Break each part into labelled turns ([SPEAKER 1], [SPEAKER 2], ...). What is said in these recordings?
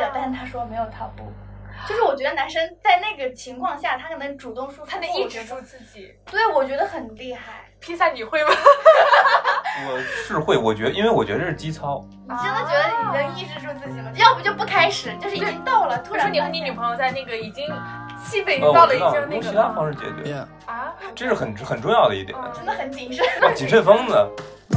[SPEAKER 1] 的，但是他说没有 taboo。就是我觉得男生在那个情况下，他可能主动说，
[SPEAKER 2] 他能抑制住自己。
[SPEAKER 1] 对，我觉得很厉害。
[SPEAKER 2] 披萨你会吗？
[SPEAKER 3] 我呃是会，我觉得，因为我觉得这是基操。
[SPEAKER 1] 你真的觉得你能抑制住自己吗？要不就不开始，就是已经到了，突
[SPEAKER 2] 或者说
[SPEAKER 1] 然
[SPEAKER 2] 你和你女朋友在那个已经气氛已经
[SPEAKER 3] 呃，
[SPEAKER 2] 到
[SPEAKER 3] 我
[SPEAKER 2] 哎了，已经
[SPEAKER 3] 知道
[SPEAKER 2] 那
[SPEAKER 3] 用
[SPEAKER 2] 个
[SPEAKER 3] 其
[SPEAKER 2] 了
[SPEAKER 3] 他方式解决，
[SPEAKER 4] Yeah,
[SPEAKER 2] 啊，
[SPEAKER 3] 这是很很重要的一点。
[SPEAKER 2] 嗯
[SPEAKER 1] 真的很谨慎。
[SPEAKER 3] 哇，谨慎疯子，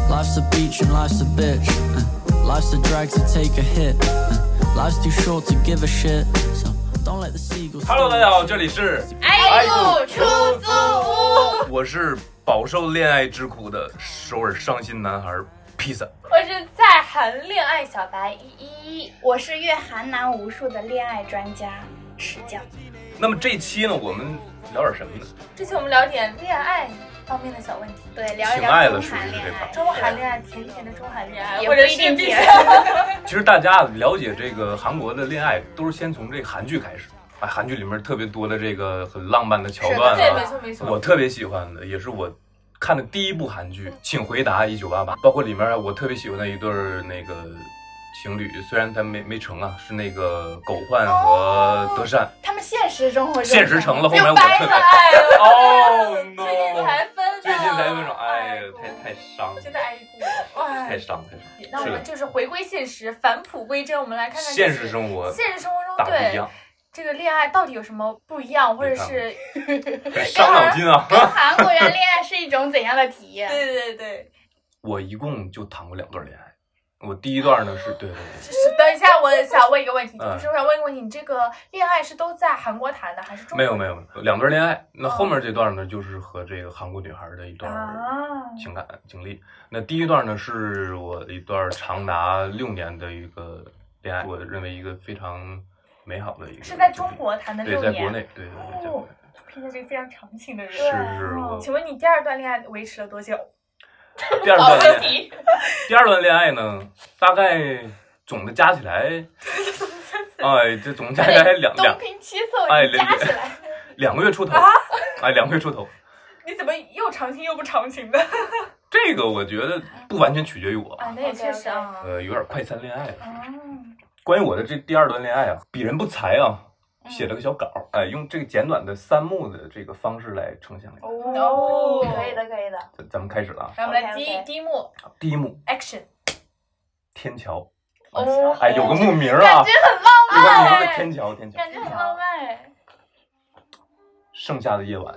[SPEAKER 4] life's a beach and life's a bitch. Uh, life's a drag to take a hit. Uh, life's too short to give a shit. So don't let the seagulls.
[SPEAKER 3] Hello，大家好，这里是，
[SPEAKER 1] 哎呦，出租屋，
[SPEAKER 3] 我是饱受恋爱之苦的首尔伤心男孩披萨。
[SPEAKER 2] 我是在韩恋爱小白依依，
[SPEAKER 1] 我是阅韩南无数的恋爱专家石匠。
[SPEAKER 3] 那么这期呢，我们聊点什么呢？
[SPEAKER 2] 这期我们聊点恋爱方面的小问题，
[SPEAKER 1] 对，聊一
[SPEAKER 3] 情爱
[SPEAKER 1] 聊
[SPEAKER 3] 了
[SPEAKER 1] 中
[SPEAKER 3] 属于
[SPEAKER 1] 韩
[SPEAKER 3] 是
[SPEAKER 1] 恋
[SPEAKER 3] 这块
[SPEAKER 1] 爱
[SPEAKER 3] 儿。
[SPEAKER 2] 中韩恋爱，甜甜的中韩恋爱，
[SPEAKER 1] 也
[SPEAKER 2] 或者
[SPEAKER 1] 不一
[SPEAKER 2] 是
[SPEAKER 1] 定
[SPEAKER 2] 比
[SPEAKER 1] 甜
[SPEAKER 2] 较
[SPEAKER 3] 其实大家了解这个韩国的恋爱，都是先从这个韩剧开始。哎，韩剧里面特别多的这个很浪漫的桥段
[SPEAKER 2] 对，没
[SPEAKER 3] 啊，
[SPEAKER 2] 错没错。
[SPEAKER 3] 我特别喜欢的，也是我看的第一部韩剧《请回答一九八八》，包括里面我特别喜欢的一对儿那个情侣，虽然他没没成啊，是那个狗焕和德善，
[SPEAKER 2] 哦
[SPEAKER 1] 他们现实生活中
[SPEAKER 3] 现实成了，后面
[SPEAKER 2] 又
[SPEAKER 3] 我
[SPEAKER 2] 掰
[SPEAKER 3] 特
[SPEAKER 2] 了
[SPEAKER 3] 别
[SPEAKER 2] 爱了，
[SPEAKER 3] 哦 no，
[SPEAKER 2] 最近才分的，
[SPEAKER 3] 最近才分手，哎呀，太太伤，
[SPEAKER 2] 真的爱过，
[SPEAKER 3] 太
[SPEAKER 2] 哎。
[SPEAKER 3] 伤，太伤，
[SPEAKER 2] 那我们就是回归现实，返璞归真，我们来看看
[SPEAKER 3] 现
[SPEAKER 2] 就
[SPEAKER 3] 实
[SPEAKER 2] 是
[SPEAKER 3] 生活
[SPEAKER 2] 现实生活中
[SPEAKER 3] 大不一
[SPEAKER 2] 对
[SPEAKER 3] 样，
[SPEAKER 2] 这个恋爱到底有什么不一样，或者是
[SPEAKER 3] 很伤脑筋啊。
[SPEAKER 1] 跟韩国人恋爱是一种怎样的体验？
[SPEAKER 2] 对对对，
[SPEAKER 3] 我一共就谈过两段恋爱，我第一段呢是对对对，
[SPEAKER 2] 就是等一下，我想问一个问题，
[SPEAKER 3] 嗯
[SPEAKER 2] 就是我想问一个问题，你这个恋爱是都在韩国谈的，还是中国？
[SPEAKER 3] 没有没有没有两段恋爱，那后面这段呢就是和这个韩国女孩的一段
[SPEAKER 2] 嗯啊，
[SPEAKER 3] 情感经历。那第一段呢是我一段长达六年的一个恋爱，我认为一个非常美好的一个
[SPEAKER 2] 是在
[SPEAKER 3] 经历
[SPEAKER 2] 中国谈的
[SPEAKER 3] 对，
[SPEAKER 2] 六
[SPEAKER 3] 在
[SPEAKER 2] 年，哦
[SPEAKER 3] 国内对对对，在国内
[SPEAKER 2] 披萨是一个非常长情的人。哦
[SPEAKER 3] 是是我
[SPEAKER 2] 请问你第二段恋爱维持了多久？
[SPEAKER 3] 第二段恋爱。
[SPEAKER 2] 题，
[SPEAKER 3] 第二段恋爱呢，大概总的加起 来，哎，这总加起来两
[SPEAKER 1] 东
[SPEAKER 3] 两
[SPEAKER 1] 拼西凑，
[SPEAKER 3] 哎
[SPEAKER 1] 你加起来，
[SPEAKER 3] 两个月出头，
[SPEAKER 2] 啊
[SPEAKER 3] 哎，两个月出头。
[SPEAKER 2] 你怎么又长情又不长情的？
[SPEAKER 3] 这个我觉得不完全取决于我，
[SPEAKER 2] 啊，那也确实啊。
[SPEAKER 3] 呃，有点快餐恋爱了。
[SPEAKER 2] 啊，
[SPEAKER 3] 关于我的这第二段恋爱啊，鄙人不才啊，
[SPEAKER 1] 嗯
[SPEAKER 3] 写了个小稿，哎，用这个简短的三幕的这个方式来呈现给大家。
[SPEAKER 2] 哦
[SPEAKER 1] 可以的，可以的。
[SPEAKER 3] 咱咱们开始了啊，
[SPEAKER 2] 然后我们来第
[SPEAKER 1] OK，OK
[SPEAKER 2] 一第一幕
[SPEAKER 3] 第一幕
[SPEAKER 2] action。
[SPEAKER 3] 天桥，
[SPEAKER 1] 哦
[SPEAKER 3] 哎，有个幕名
[SPEAKER 1] 感
[SPEAKER 3] 啊
[SPEAKER 1] 觉，很浪
[SPEAKER 3] 有个名字
[SPEAKER 1] 漫，
[SPEAKER 3] 天桥，天桥。
[SPEAKER 1] 感觉很浪漫哎。
[SPEAKER 3] 盛夏的夜晚，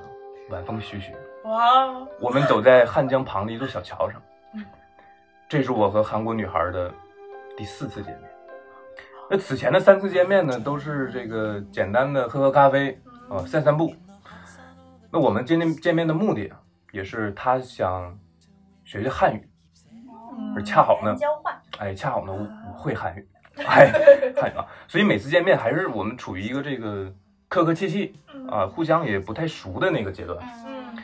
[SPEAKER 3] 晚风徐徐。
[SPEAKER 2] 哇，哦
[SPEAKER 3] 我们走在汉江旁的一座小桥上
[SPEAKER 2] 嗯，
[SPEAKER 3] 这是我和韩国女孩的第四次见面。那此前的三次见面呢，都是这个简单的喝喝咖啡啊、散散步。那我们今天见面的目的啊，也是她想学学汉语，而恰好呢，
[SPEAKER 1] 嗯交换，
[SPEAKER 3] 哎，恰好呢我我会汉语，哎，汉语啊，所以每次见面还是我们处于一个这个客客气气啊，互相也不太熟的那个阶段。
[SPEAKER 1] 嗯，
[SPEAKER 2] 嗯，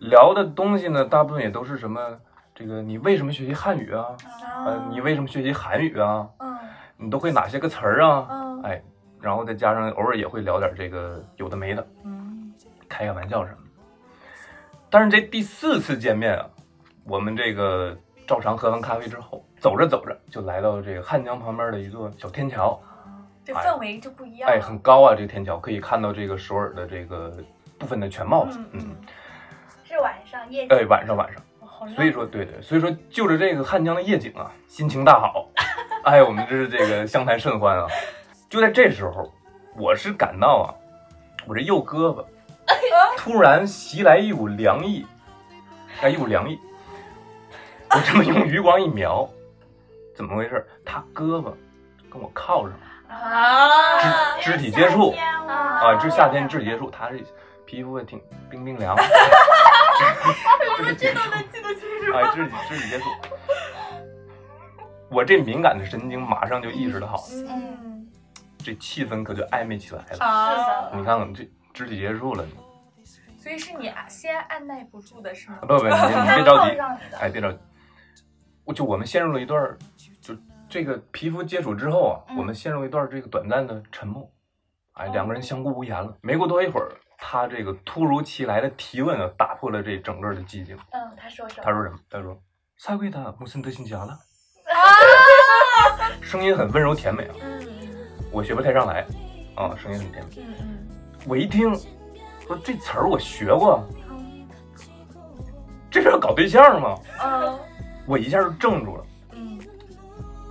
[SPEAKER 3] 聊的东西呢，大部分也都是什么这个你为什么学习汉语啊？呃，你为什么学习韩语啊？
[SPEAKER 2] 嗯
[SPEAKER 3] 你都会哪些个词儿啊？
[SPEAKER 2] 嗯
[SPEAKER 3] 哎，然后再加上偶尔也会聊点这个有的没的，
[SPEAKER 2] 嗯，
[SPEAKER 3] 开个玩笑什么的。但是这第四次见面啊，我们这个照常喝完咖啡之后，走着走着就来到这个汉江旁边的一座小天桥，
[SPEAKER 2] 这氛围就不一样。
[SPEAKER 3] 哎，很高啊，这个天桥可以看到这个首尔的这个部分的全貌。
[SPEAKER 2] 嗯嗯
[SPEAKER 3] 嗯，
[SPEAKER 1] 是晚上夜
[SPEAKER 3] 哎，晚上晚上。
[SPEAKER 2] 好浪
[SPEAKER 3] 嗯所以说，对对，所以说，就着这个汉江的夜景啊，心情大好。哎，我们这是这个相谈甚欢啊。就在这时候，我是感到啊，我这右胳膊突然袭来一股凉意，哎，一股凉意。我这么用余光一瞄，怎么回事？他胳膊跟我靠上了，
[SPEAKER 2] 啊，
[SPEAKER 3] 呃肢体接触啊，
[SPEAKER 1] 啊
[SPEAKER 3] 这夏天肢体接触，他这皮肤也挺冰冰凉。 我们这都能
[SPEAKER 2] 记得清楚。
[SPEAKER 3] 哎，肢体肢体接触。我这敏感的神经马上就意识到，好，
[SPEAKER 2] 嗯
[SPEAKER 3] 这气氛可就暧昧起来了。
[SPEAKER 2] 啊，
[SPEAKER 3] 你看看这肢体接触了，
[SPEAKER 2] 所以是你啊先按耐不住的是吗
[SPEAKER 3] 不？不，你你别着急，哎，别着急，我就我们陷入了一段儿，就这个皮肤接触之后啊，
[SPEAKER 1] 嗯
[SPEAKER 3] 我们陷入一段这个短暂的沉默，哎，两个人相顾无言了。没过多一会儿，他这个突如其来的提问啊，打破了这整个的寂静。
[SPEAKER 1] 嗯，他说什
[SPEAKER 3] 他
[SPEAKER 1] 么？
[SPEAKER 3] 说什么？他说：“사귀다무슨뜻인지알아？”
[SPEAKER 2] 啊，
[SPEAKER 3] 声音很温柔甜美啊。
[SPEAKER 2] 嗯，
[SPEAKER 3] 我学不太上来，啊，声音很甜。
[SPEAKER 2] 嗯嗯，
[SPEAKER 3] 我一听，说这词儿我学过，啊这是要搞对象吗？
[SPEAKER 2] 嗯
[SPEAKER 3] 我一下就怔住了，
[SPEAKER 2] 嗯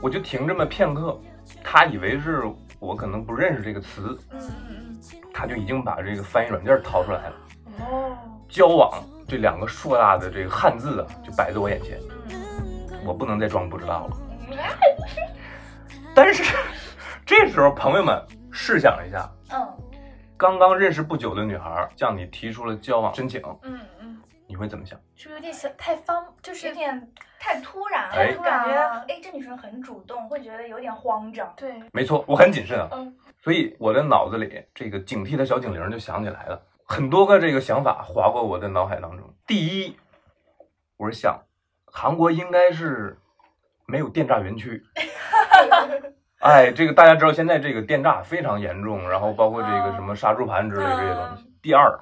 [SPEAKER 3] 我就停这么片刻，他以为是我可能不认识这个词，
[SPEAKER 2] 嗯嗯
[SPEAKER 3] 他就已经把这个翻译软件掏出来了，
[SPEAKER 2] 嗯，哦，
[SPEAKER 3] 交往这两个硕大的这个汉字啊，就摆在我眼前，
[SPEAKER 2] 嗯
[SPEAKER 3] 我不能再装不知道了。
[SPEAKER 1] 嗯
[SPEAKER 3] 但是 这时候，朋友们试想一下，
[SPEAKER 1] 嗯，
[SPEAKER 3] 刚刚认识不久的女孩向你提出了交往申请，
[SPEAKER 2] 嗯嗯，
[SPEAKER 3] 你会怎么想？
[SPEAKER 2] 是不是有点小太方，就是
[SPEAKER 1] 有点太突然
[SPEAKER 3] 哎
[SPEAKER 1] 了，就感
[SPEAKER 2] 哎
[SPEAKER 1] 觉哎，这女生很主动，会觉得有点慌张。
[SPEAKER 2] 对，
[SPEAKER 3] 没错，我很谨慎啊，
[SPEAKER 2] 嗯
[SPEAKER 3] 所以我的脑子里这个警惕的小警铃就响起来了，很多个这个想法划过我的脑海当中。第一，我是想，韩国应该是没有电诈园区。哎，这个大家知道，现在这个电诈非常严重，然后包括这个什么杀猪盘之类的这些东西。第二，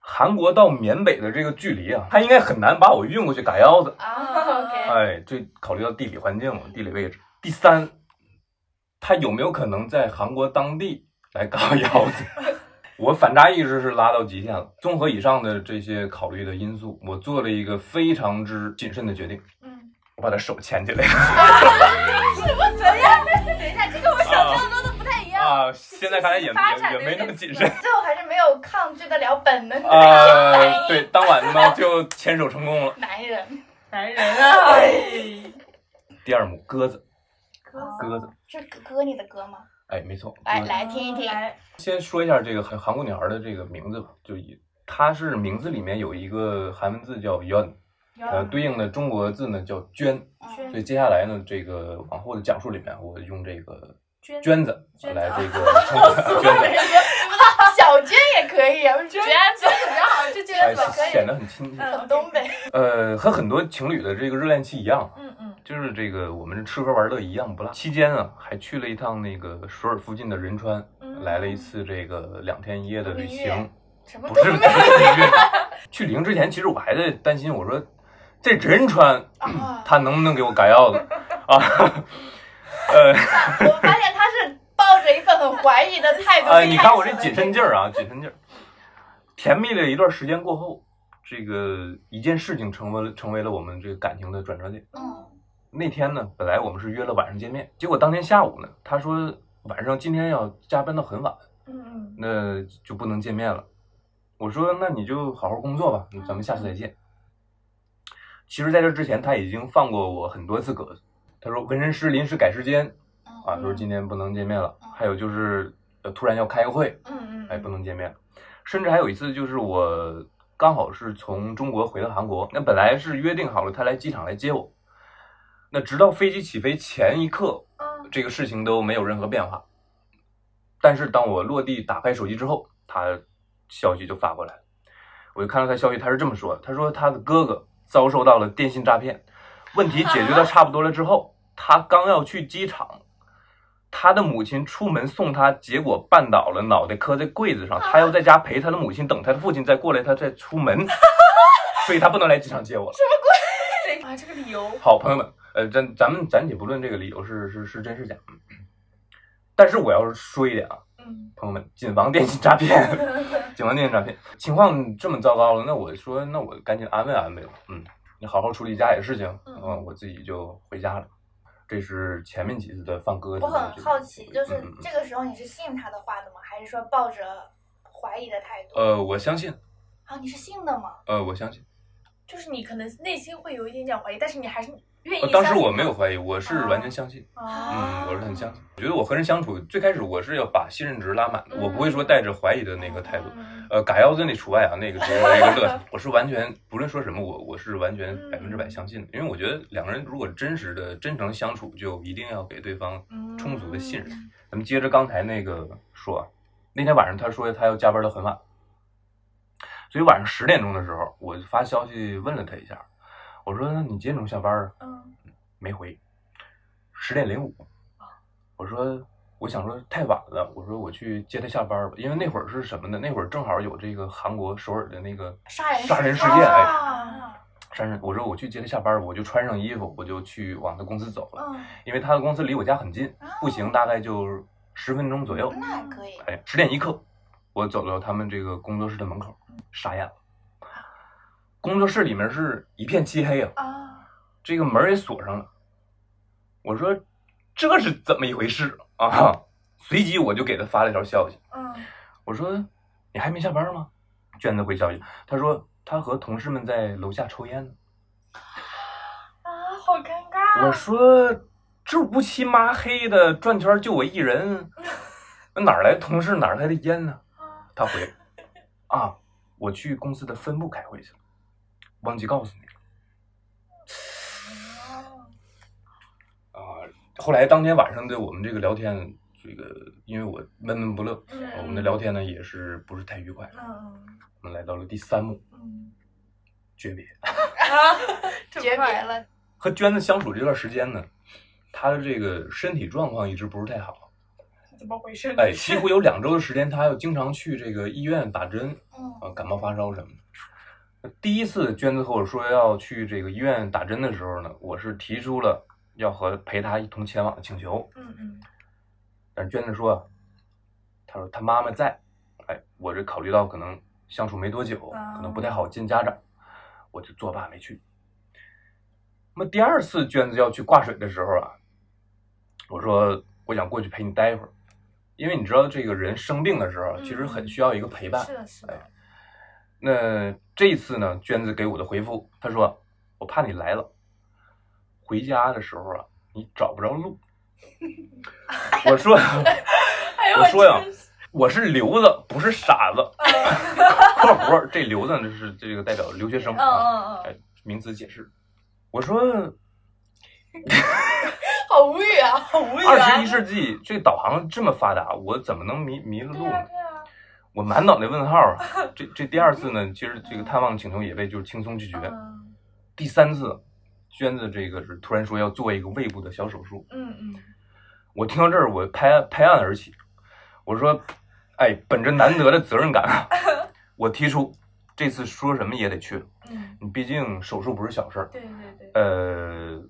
[SPEAKER 3] 韩国到缅北的这个距离啊，他应该很难把我运过去嘎腰子。
[SPEAKER 1] 嗯
[SPEAKER 2] 啊 OK，
[SPEAKER 3] 哎，这考虑到地理环境嘛，地理位置。第三，他有没有可能在韩国当地来搞 腰子？我反诈意识是拉到极限了。综合以上的这些考虑的因素，我做了一个非常之谨慎的决定，
[SPEAKER 2] 嗯，
[SPEAKER 3] 我把他手牵起来
[SPEAKER 1] 等一下，这跟我想象中的不太一样。
[SPEAKER 3] 啊！现在看来也
[SPEAKER 2] 发
[SPEAKER 3] 也
[SPEAKER 2] 展
[SPEAKER 3] 也
[SPEAKER 2] 得有
[SPEAKER 3] 没那
[SPEAKER 2] 点
[SPEAKER 3] 么谨
[SPEAKER 2] 奇
[SPEAKER 3] 慎
[SPEAKER 1] 最后还是没有抗拒得了本能的
[SPEAKER 3] 啊。对，当晚呢就牵手成功了。
[SPEAKER 1] 男人，
[SPEAKER 2] 男人啊，
[SPEAKER 3] 哎第二幕鸽子，鸽子，
[SPEAKER 1] 是哥哥你的歌吗？
[SPEAKER 3] 哎，没错，鸽
[SPEAKER 1] 来
[SPEAKER 3] 子
[SPEAKER 1] 来听一听。
[SPEAKER 2] 来
[SPEAKER 3] 先说一下这个韩韩国女孩的这个名字吧，就以她是名字里面有一个韩文字叫 yeon，呃，对应的中国字呢叫娟，
[SPEAKER 1] 嗯
[SPEAKER 3] 所以接下来呢，这个往后的讲述里面，我用这个
[SPEAKER 2] 娟
[SPEAKER 3] 娟子
[SPEAKER 2] 娟子
[SPEAKER 3] 来这个称呼娟子，
[SPEAKER 1] 小娟也可以，我觉得娟子比较好，就
[SPEAKER 3] 哎
[SPEAKER 1] 娟，
[SPEAKER 3] 显得很亲切。
[SPEAKER 1] 很东北。
[SPEAKER 3] 呃，和很多情侣的这个热恋期一样，
[SPEAKER 2] 嗯嗯
[SPEAKER 3] 就是这个我们吃喝玩乐一样不落。期间啊，还去了一趟那个首尔附近的仁川，
[SPEAKER 2] 嗯
[SPEAKER 3] 来了一次这个两天一夜的旅
[SPEAKER 1] 蜜
[SPEAKER 3] 行
[SPEAKER 1] 月。什么
[SPEAKER 3] 不是不是不是去旅行之前，其实我还在担心，我说这仁川
[SPEAKER 1] 啊？
[SPEAKER 3] 他能不能给我改药子啊？呃，
[SPEAKER 1] 我发现他是抱着一份很怀疑的态度。
[SPEAKER 3] 呃，你看我这谨慎劲儿啊，谨慎劲儿。甜蜜了一段时间过后，这个一件事情成为了成为了我们这个感情的转折点。
[SPEAKER 1] 嗯，
[SPEAKER 3] 那天呢，本来我们是约了晚上见面，结果当天下午呢，他说晚上今天要加班到很晚，
[SPEAKER 2] 嗯
[SPEAKER 3] 那就不能见面了。我说那你就好好工作吧，咱们下次再见。其实，在这之前他已经放过我很多次鸽子。他说纹身师临时改时间
[SPEAKER 1] 嗯
[SPEAKER 3] 啊，说今天不能见面了。还有就是呃突然要开个会，
[SPEAKER 2] 嗯嗯，
[SPEAKER 3] 哎不能见面。甚至还有一次就是我刚好是从中国回到韩国，那本来是约定好了他来机场来接我，那直到飞机起飞前一刻，
[SPEAKER 2] 嗯
[SPEAKER 3] 这个事情都没有任何变化。但是当我落地打开手机之后，他消息就发过来了，我就看到他消息，他是这么说的：他说他的哥哥遭受到了电信诈骗，问题解决的差不多了之后，他刚要去机场，他的母亲出门送他，结果绊倒了，脑袋磕在柜子上，他要在家陪他的母亲，等他的父亲再过来，他再出门，所以他不能来机场接我了。
[SPEAKER 2] 啊这个理由，
[SPEAKER 3] 好朋友们，呃，咱咱们暂且不论这个理由是是是真是假，但是我要是说一点啊，
[SPEAKER 2] 嗯
[SPEAKER 3] 朋友们，谨防电信诈骗，谨防电信诈骗。情况这么糟糕了，那我说，那我赶紧安慰安慰吧，嗯，你好好处理家里的事情，
[SPEAKER 2] 嗯
[SPEAKER 3] 嗯，我自己就回家了。这是前面几次的放鸽子
[SPEAKER 1] 我
[SPEAKER 3] 的这个，
[SPEAKER 1] 很好奇，就是
[SPEAKER 3] 嗯嗯
[SPEAKER 1] 这个时候你是信他的话的吗？还是说抱着怀疑的态度？
[SPEAKER 3] 呃，我相信，
[SPEAKER 1] 啊，你是信的吗？
[SPEAKER 3] 呃，我相信，
[SPEAKER 2] 就是你可能内心会有一点点怀疑，但哎是你还是愿意
[SPEAKER 3] 呃
[SPEAKER 2] 相信他。
[SPEAKER 3] 当时我没有怀疑，我是完全相信。
[SPEAKER 2] 啊，
[SPEAKER 3] 嗯，我是很相信。我觉得我和人相处，最开始我是要把信任值拉满的，我不会说带着怀疑的那个态度。
[SPEAKER 2] 嗯
[SPEAKER 3] 呃，嘎腰子那除外啊，那个只是一个乐子。我是完全不论说什么，我我是完全百分之百相信的，因为我觉得两个人如果真实的、真诚相处，就一定要给对方充足的信任。
[SPEAKER 2] 嗯
[SPEAKER 3] 咱们接着刚才那个说啊，那天晚上他说他要加班到很晚，所以晚上十点钟的时候，我就发消息问了他一下，我说那你几点钟下班啊？
[SPEAKER 2] 嗯
[SPEAKER 3] 没回，十点零五。我说，我想说太晚了，我说我去接他下班吧，因为那会儿是什么呢？那会儿正好有这个韩国首尔的那个
[SPEAKER 1] 杀人
[SPEAKER 3] 杀人事
[SPEAKER 1] 件
[SPEAKER 3] 件，哎，
[SPEAKER 2] 啊
[SPEAKER 3] 杀人。我说我去接他下班，我就穿上衣服，我就去往他公司走了，
[SPEAKER 2] 嗯
[SPEAKER 3] 因为他的公司离我家很近，步行大概就十分钟左右。
[SPEAKER 1] 那还可以，
[SPEAKER 3] 哎，十点一刻，我走到他们这个工作室的门口，傻眼了。工作室里面是一片漆黑啊，
[SPEAKER 2] 啊，
[SPEAKER 3] 这个门儿也锁上了。我说这是怎么一回事啊？ 随即我就给他发了一条消息，
[SPEAKER 2] 嗯，
[SPEAKER 3] 我说你还没下班吗？娟子回消息，他说他和同事们在楼下抽烟呢。
[SPEAKER 2] 啊，好尴
[SPEAKER 3] 我
[SPEAKER 2] 尬，
[SPEAKER 3] 说这乌漆麻黑的转圈就我一人，那哪儿来同事哪儿来的烟呢？他回啊，我去公司的分部开会去了，忘记告诉你了。啊，后来当天晚上的我们这个聊天，这个因为我闷闷不乐，啊我们的聊天呢也是不是太愉快。
[SPEAKER 2] 嗯
[SPEAKER 3] 我们来到了第三幕
[SPEAKER 2] 嗯，
[SPEAKER 3] 诀别。
[SPEAKER 2] 啊，这么
[SPEAKER 1] 诀别
[SPEAKER 2] 快
[SPEAKER 1] 了，
[SPEAKER 3] 和娟子相处这段时间呢，她的这个身体状况一直不是太好。
[SPEAKER 2] 怎么回事？
[SPEAKER 3] 哎，几乎有两周的时间，他要经常去这个医院打针
[SPEAKER 1] 嗯
[SPEAKER 3] 啊，感冒发烧什么的。第一次娟子和我说要去这个医院打针的时候呢，我是提出了要和陪她一同前往的请求，
[SPEAKER 2] 嗯嗯，
[SPEAKER 3] 但是娟子说啊，她说她妈妈在，哎，我这考虑到可能相处没多久，
[SPEAKER 2] 啊
[SPEAKER 3] 可能不太好见家长，我就作罢没去。那么第二次娟子要去挂水的时候啊，我说我想过去陪你待一会儿，因为你知道这个人生病的时候啊，
[SPEAKER 2] 嗯
[SPEAKER 3] 其实很需要一个陪伴
[SPEAKER 2] 是。的，是
[SPEAKER 3] 哎
[SPEAKER 2] 的，
[SPEAKER 3] 那这一次呢，娟子给我的回复，她说我怕你来了，回家的时候啊，你找不着路。我说
[SPEAKER 2] 哎
[SPEAKER 3] 我说呀
[SPEAKER 2] 真是嗯
[SPEAKER 3] 我是瘤子，不是傻子。括弧这瘤子呢是这个代表留学生
[SPEAKER 2] 嗯
[SPEAKER 3] 啊，
[SPEAKER 2] 嗯嗯，
[SPEAKER 3] 哎名词解释。我说
[SPEAKER 2] 好无语啊，好无语啊，
[SPEAKER 3] 二十一世纪这导航这么发达，我怎么能迷迷了
[SPEAKER 2] 对
[SPEAKER 3] 路
[SPEAKER 2] 呀
[SPEAKER 3] 呢？
[SPEAKER 2] 对啊呀，
[SPEAKER 3] 我满脑袋问号 啊！这这第二次呢，其实这个探望请求也被就是轻松拒绝。
[SPEAKER 2] 嗯
[SPEAKER 3] 第三次，娟子这个是突然说要做一个胃部的小手术，
[SPEAKER 2] 嗯嗯，
[SPEAKER 3] 我听到这儿我拍案拍案而起，我说：“哎，本着难得的责任感啊， 我提出这次说什么也得去，
[SPEAKER 2] 嗯，
[SPEAKER 3] 你毕竟手术不是小事儿。
[SPEAKER 2] 对对对，
[SPEAKER 3] 呃，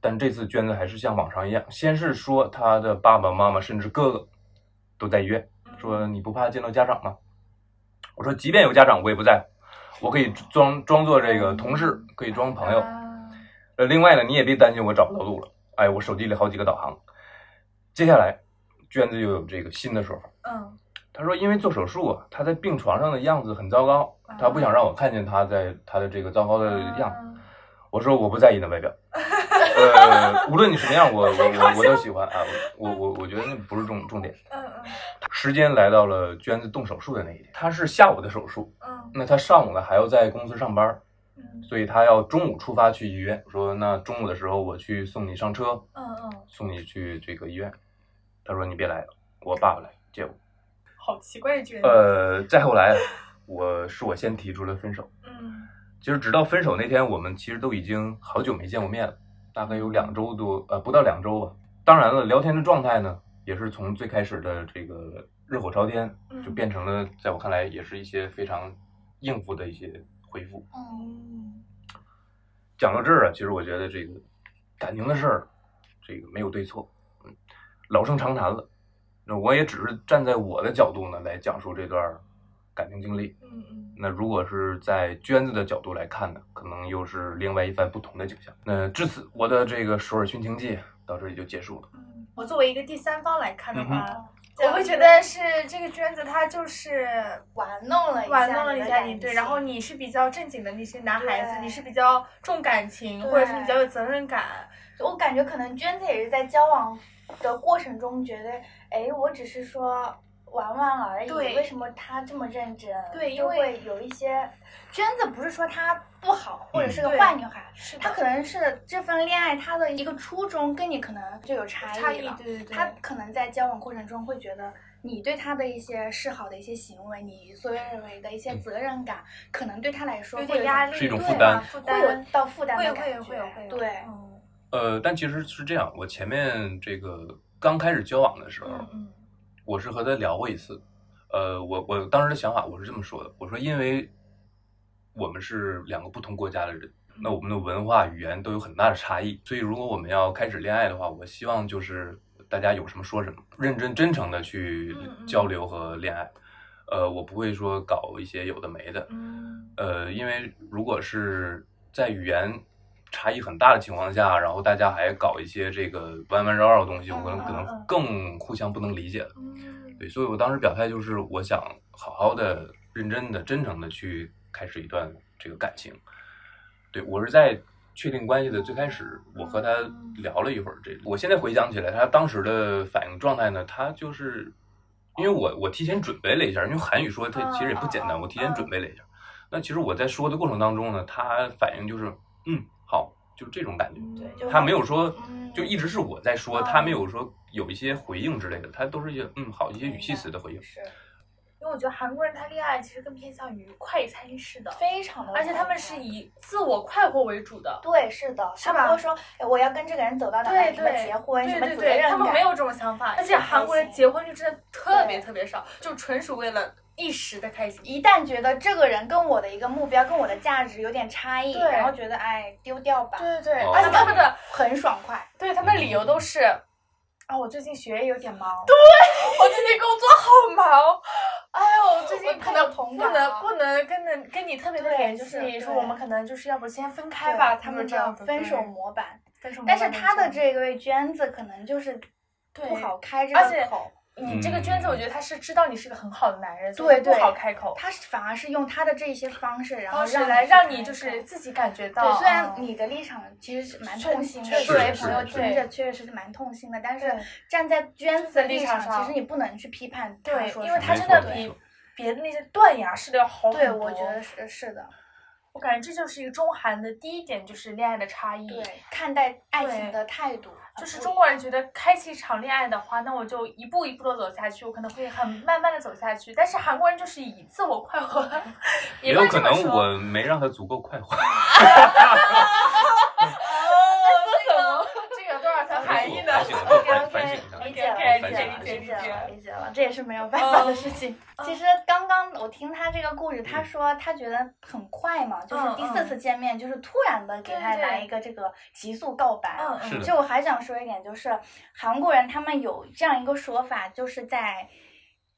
[SPEAKER 3] 但这次娟子还是像往常一样，先是说她的爸爸妈妈甚至哥哥都在医院，
[SPEAKER 2] 嗯
[SPEAKER 3] 哎说你不怕见到家长吗？我说即便有家长我也不在乎，我可以装装作这个同事，可以装朋友。
[SPEAKER 2] 啊
[SPEAKER 3] 呃，另外呢，你也别担心我找不到路了，哎，我手机里好几个导航。接下来，娟子又有这个新的说法，
[SPEAKER 2] 嗯
[SPEAKER 3] 她说因为做手术啊，她在病床上的样子很糟糕，她不想让我看见她在她的这个糟糕的样子。
[SPEAKER 2] 啊
[SPEAKER 3] 我说我不在意你的外表，呃，无论你什么样，我我我我都喜欢啊，我我我我觉得那不是重重点。
[SPEAKER 2] 嗯嗯
[SPEAKER 3] 时间来到了娟子动手术的那一天，她是下午的手术，
[SPEAKER 2] 嗯
[SPEAKER 3] 那她上午呢还要在公司上班，
[SPEAKER 2] 嗯
[SPEAKER 3] 所以她要中午出发去医院。我说那中午的时候我去送你上车，
[SPEAKER 2] 嗯嗯，
[SPEAKER 3] 送你去这个医院。她说你别来了，我爸爸来接我。
[SPEAKER 2] 好奇怪的句子，
[SPEAKER 3] 呃，再后来，我是我先提出了分手。
[SPEAKER 2] 嗯
[SPEAKER 3] 其实直到分手那天，我们其实都已经好久没见过面了，大概有两周多，呃，不到两周吧。当然了，聊天的状态呢，也是从最开始的这个热火朝天，就变成了在我看来也是一些非常应付的一些回复。
[SPEAKER 1] 嗯，
[SPEAKER 3] 讲到这儿啊，其实我觉得这个感情的事儿，这个没有对错，嗯，老生常谈了。那我也只是站在我的角度呢来讲述这段感情经历。
[SPEAKER 2] 嗯嗯
[SPEAKER 3] 那如果是在娟子的角度来看呢，可能又是另外一番不同的景象。那至此，我的这个首尔殉情记到这里就结束了。
[SPEAKER 2] 嗯，
[SPEAKER 1] 我作为一个第三方来
[SPEAKER 3] 嗯
[SPEAKER 1] 看的话，这
[SPEAKER 2] 我
[SPEAKER 1] 样
[SPEAKER 2] 会觉
[SPEAKER 1] 就
[SPEAKER 2] 得是这个娟子她就是
[SPEAKER 1] 玩弄了一下，
[SPEAKER 2] 玩弄了一下你，对，
[SPEAKER 1] 对，
[SPEAKER 2] 然后你是比较正经的那些男孩子，
[SPEAKER 1] 对
[SPEAKER 2] 你是比较重感情，
[SPEAKER 1] 对
[SPEAKER 2] 或者是比较有责任感，
[SPEAKER 1] 我感觉可能娟子也是在交往的过程中觉得，哎，我只是说玩玩而已，
[SPEAKER 2] 对
[SPEAKER 1] 为什么他这么认真？
[SPEAKER 2] 对
[SPEAKER 1] 就
[SPEAKER 2] 因为
[SPEAKER 1] 会有一些娟子不是说她不好，或者
[SPEAKER 3] 嗯
[SPEAKER 1] 是个
[SPEAKER 2] 对
[SPEAKER 1] 坏女孩，
[SPEAKER 2] 是
[SPEAKER 1] 她可能是这份恋爱她的一个初衷跟你可能就有差
[SPEAKER 2] 差
[SPEAKER 1] 异
[SPEAKER 2] 异
[SPEAKER 1] 了，，
[SPEAKER 2] 对对对，
[SPEAKER 1] 她可能在交往过程中会觉得。你对她的一些示好的一些行为，你所认为的一些责任感，可能对她来说
[SPEAKER 2] 有
[SPEAKER 1] 会
[SPEAKER 2] 点
[SPEAKER 1] 一
[SPEAKER 2] 压力，
[SPEAKER 3] 嗯是一种
[SPEAKER 2] 对
[SPEAKER 3] 负担
[SPEAKER 2] 吧负
[SPEAKER 1] 会
[SPEAKER 2] 担
[SPEAKER 1] 有到负担
[SPEAKER 2] 会
[SPEAKER 1] 的
[SPEAKER 2] 有
[SPEAKER 1] 感
[SPEAKER 2] 会
[SPEAKER 1] 觉，
[SPEAKER 2] 有会有会有，
[SPEAKER 1] 对，
[SPEAKER 2] 嗯
[SPEAKER 3] 呃，但其实是这样，我前面这个刚开始交往的时候，
[SPEAKER 2] 嗯嗯
[SPEAKER 3] 我是和他聊过一次。呃，我我当时的想法我是这么说的，我说因为我们是两个不同国家的人，那我们的文化语言都有很大的差异，所以如果我们要开始恋爱的话，我希望就是大家有什么说什么，认真真诚的去
[SPEAKER 2] 嗯嗯
[SPEAKER 3] 交流和恋爱。呃，我不会说搞一些有的没的，
[SPEAKER 2] 嗯
[SPEAKER 3] 呃，因为如果是在语言差异很大的情况下，然后大家还搞一些这个弯弯绕绕的东西，我可能
[SPEAKER 2] 嗯嗯
[SPEAKER 3] 可能
[SPEAKER 2] 嗯
[SPEAKER 3] 更互相不能理解了。
[SPEAKER 2] 嗯
[SPEAKER 3] 对，所以我当时表态就是，我想好好的、认真的、真诚的去开始一段这个感情。对我是在确定关系的最开始，我和他聊了一会儿这，我现在回想起来，他当时的反应状态呢，他就是因为我我提前准备了一下，因为韩语说他其实也不简单，我提前准备了一下。那其实我在说的过程当中呢，他反应就是嗯好，就这种感觉。
[SPEAKER 2] 嗯对，就
[SPEAKER 3] 他没有说，
[SPEAKER 2] 嗯
[SPEAKER 3] 就一直是我在说，
[SPEAKER 2] 嗯
[SPEAKER 3] 他没有说有一些回应之类的，他都是一些嗯好一些语气词的回应。
[SPEAKER 1] 是
[SPEAKER 2] 因为我觉得韩国人他恋爱其实更偏向于快餐式的，
[SPEAKER 1] 非常的，
[SPEAKER 2] 而且他们是以自我快活为主的。
[SPEAKER 1] 对，是的，
[SPEAKER 2] 是
[SPEAKER 1] 他
[SPEAKER 2] 吧
[SPEAKER 1] 们会说，哎，我要跟这个人走到哪
[SPEAKER 2] 对
[SPEAKER 1] 里，什么
[SPEAKER 2] 对，
[SPEAKER 1] 结婚，什
[SPEAKER 2] 对
[SPEAKER 1] 么
[SPEAKER 2] 对
[SPEAKER 1] 责
[SPEAKER 2] 对，
[SPEAKER 1] 任
[SPEAKER 2] 他们
[SPEAKER 1] 感
[SPEAKER 2] 没有这种想法，而且
[SPEAKER 1] 很开
[SPEAKER 2] 韩国人
[SPEAKER 1] 心
[SPEAKER 2] 结婚率真的特别
[SPEAKER 1] 对
[SPEAKER 2] 特别少，就纯属为了一时的开心。
[SPEAKER 1] 一旦觉得这个人跟我的一个目标、跟我的价值有点差异，
[SPEAKER 2] 对
[SPEAKER 1] 然后觉得哎丢掉吧，
[SPEAKER 2] 对对对，
[SPEAKER 3] 哦
[SPEAKER 2] 而且他们的
[SPEAKER 1] 很爽快。
[SPEAKER 2] 对他们的理由都是啊，我最近学业有点忙，对我最近工作好忙，哎呦，我最近
[SPEAKER 1] 我
[SPEAKER 2] 可
[SPEAKER 1] 太
[SPEAKER 2] 能啊
[SPEAKER 1] 有同
[SPEAKER 2] 不
[SPEAKER 1] 感
[SPEAKER 2] 能
[SPEAKER 1] 了
[SPEAKER 2] 不能跟能跟你特别的
[SPEAKER 1] 对
[SPEAKER 2] 联
[SPEAKER 1] 是
[SPEAKER 2] 系，
[SPEAKER 1] 对
[SPEAKER 2] 说我们可能就是要不先分开
[SPEAKER 1] 对
[SPEAKER 2] 吧，
[SPEAKER 1] 他
[SPEAKER 2] 他们
[SPEAKER 1] 们这
[SPEAKER 2] 这样
[SPEAKER 1] 样
[SPEAKER 2] 子
[SPEAKER 1] 分手
[SPEAKER 2] 对
[SPEAKER 1] 模板，
[SPEAKER 2] 分手，
[SPEAKER 1] 但是他的。这位娟子可能就是
[SPEAKER 2] 对
[SPEAKER 1] 不好开这
[SPEAKER 2] 而且
[SPEAKER 1] 个口，
[SPEAKER 2] 你这个娟子，我觉得他是知道你是个很好的男人，所
[SPEAKER 1] 对
[SPEAKER 2] 以不
[SPEAKER 1] 对
[SPEAKER 2] 好开口。
[SPEAKER 1] 他是反而是用他的这一些方式，然后
[SPEAKER 2] 方式
[SPEAKER 1] 让
[SPEAKER 2] 来
[SPEAKER 1] 去
[SPEAKER 2] 让你
[SPEAKER 1] 开
[SPEAKER 2] 就
[SPEAKER 1] 口
[SPEAKER 2] 是自己感觉到，
[SPEAKER 1] 对，虽然
[SPEAKER 2] 嗯
[SPEAKER 1] 你的立场其实是蛮
[SPEAKER 2] 确
[SPEAKER 1] 痛心的，
[SPEAKER 2] 确
[SPEAKER 1] 作为
[SPEAKER 3] 实
[SPEAKER 1] 朋友
[SPEAKER 3] 是
[SPEAKER 1] 听着确实是蛮痛心的，但是站在娟子的立场上，其实你不能去批判他
[SPEAKER 2] 对
[SPEAKER 1] 说，
[SPEAKER 2] 因为
[SPEAKER 1] 什
[SPEAKER 2] 他
[SPEAKER 1] 么
[SPEAKER 2] 真
[SPEAKER 3] 没
[SPEAKER 2] 的
[SPEAKER 3] 错没
[SPEAKER 2] 比
[SPEAKER 3] 错
[SPEAKER 2] 别的那些断崖式的要好很
[SPEAKER 1] 对，
[SPEAKER 2] 多
[SPEAKER 1] 我觉得是是的，
[SPEAKER 2] 我感觉这就是一个中韩的第一点，就是恋爱的差异。
[SPEAKER 1] 对，看待爱
[SPEAKER 2] 嗯对
[SPEAKER 1] 情的态度很
[SPEAKER 2] 就是
[SPEAKER 1] 不
[SPEAKER 2] 中
[SPEAKER 1] 一
[SPEAKER 2] 国人
[SPEAKER 1] 样
[SPEAKER 2] 觉得开启一场恋爱的话，那我就一步一步的走下去，我可能会很慢慢的走下去。但是韩国人就是以自我快活，
[SPEAKER 3] 也
[SPEAKER 2] 不
[SPEAKER 3] 有
[SPEAKER 2] 能
[SPEAKER 3] 可
[SPEAKER 2] 这么
[SPEAKER 3] 能
[SPEAKER 2] 说
[SPEAKER 3] 我没让他足够快活，
[SPEAKER 1] 哦
[SPEAKER 2] 这个 这个多少层含义呢？
[SPEAKER 3] 反省我反
[SPEAKER 1] OK，OK，
[SPEAKER 3] 反省一下
[SPEAKER 1] 理解了，理解
[SPEAKER 3] 反省
[SPEAKER 1] 了，理解
[SPEAKER 3] 一下反省一下
[SPEAKER 1] 了，理解了，这也是没有办法的
[SPEAKER 2] 嗯
[SPEAKER 1] 事情。
[SPEAKER 2] 嗯
[SPEAKER 1] 其实刚刚我听他这个故事，他说他觉得很快嘛，就是第四次见面，就是突然的给他
[SPEAKER 2] 对对
[SPEAKER 1] 来一个这个急速告白。
[SPEAKER 2] 嗯
[SPEAKER 3] 是
[SPEAKER 2] 嗯
[SPEAKER 3] 的
[SPEAKER 1] 就我还想说一点，就是韩国人他们有这样一个说法，就是在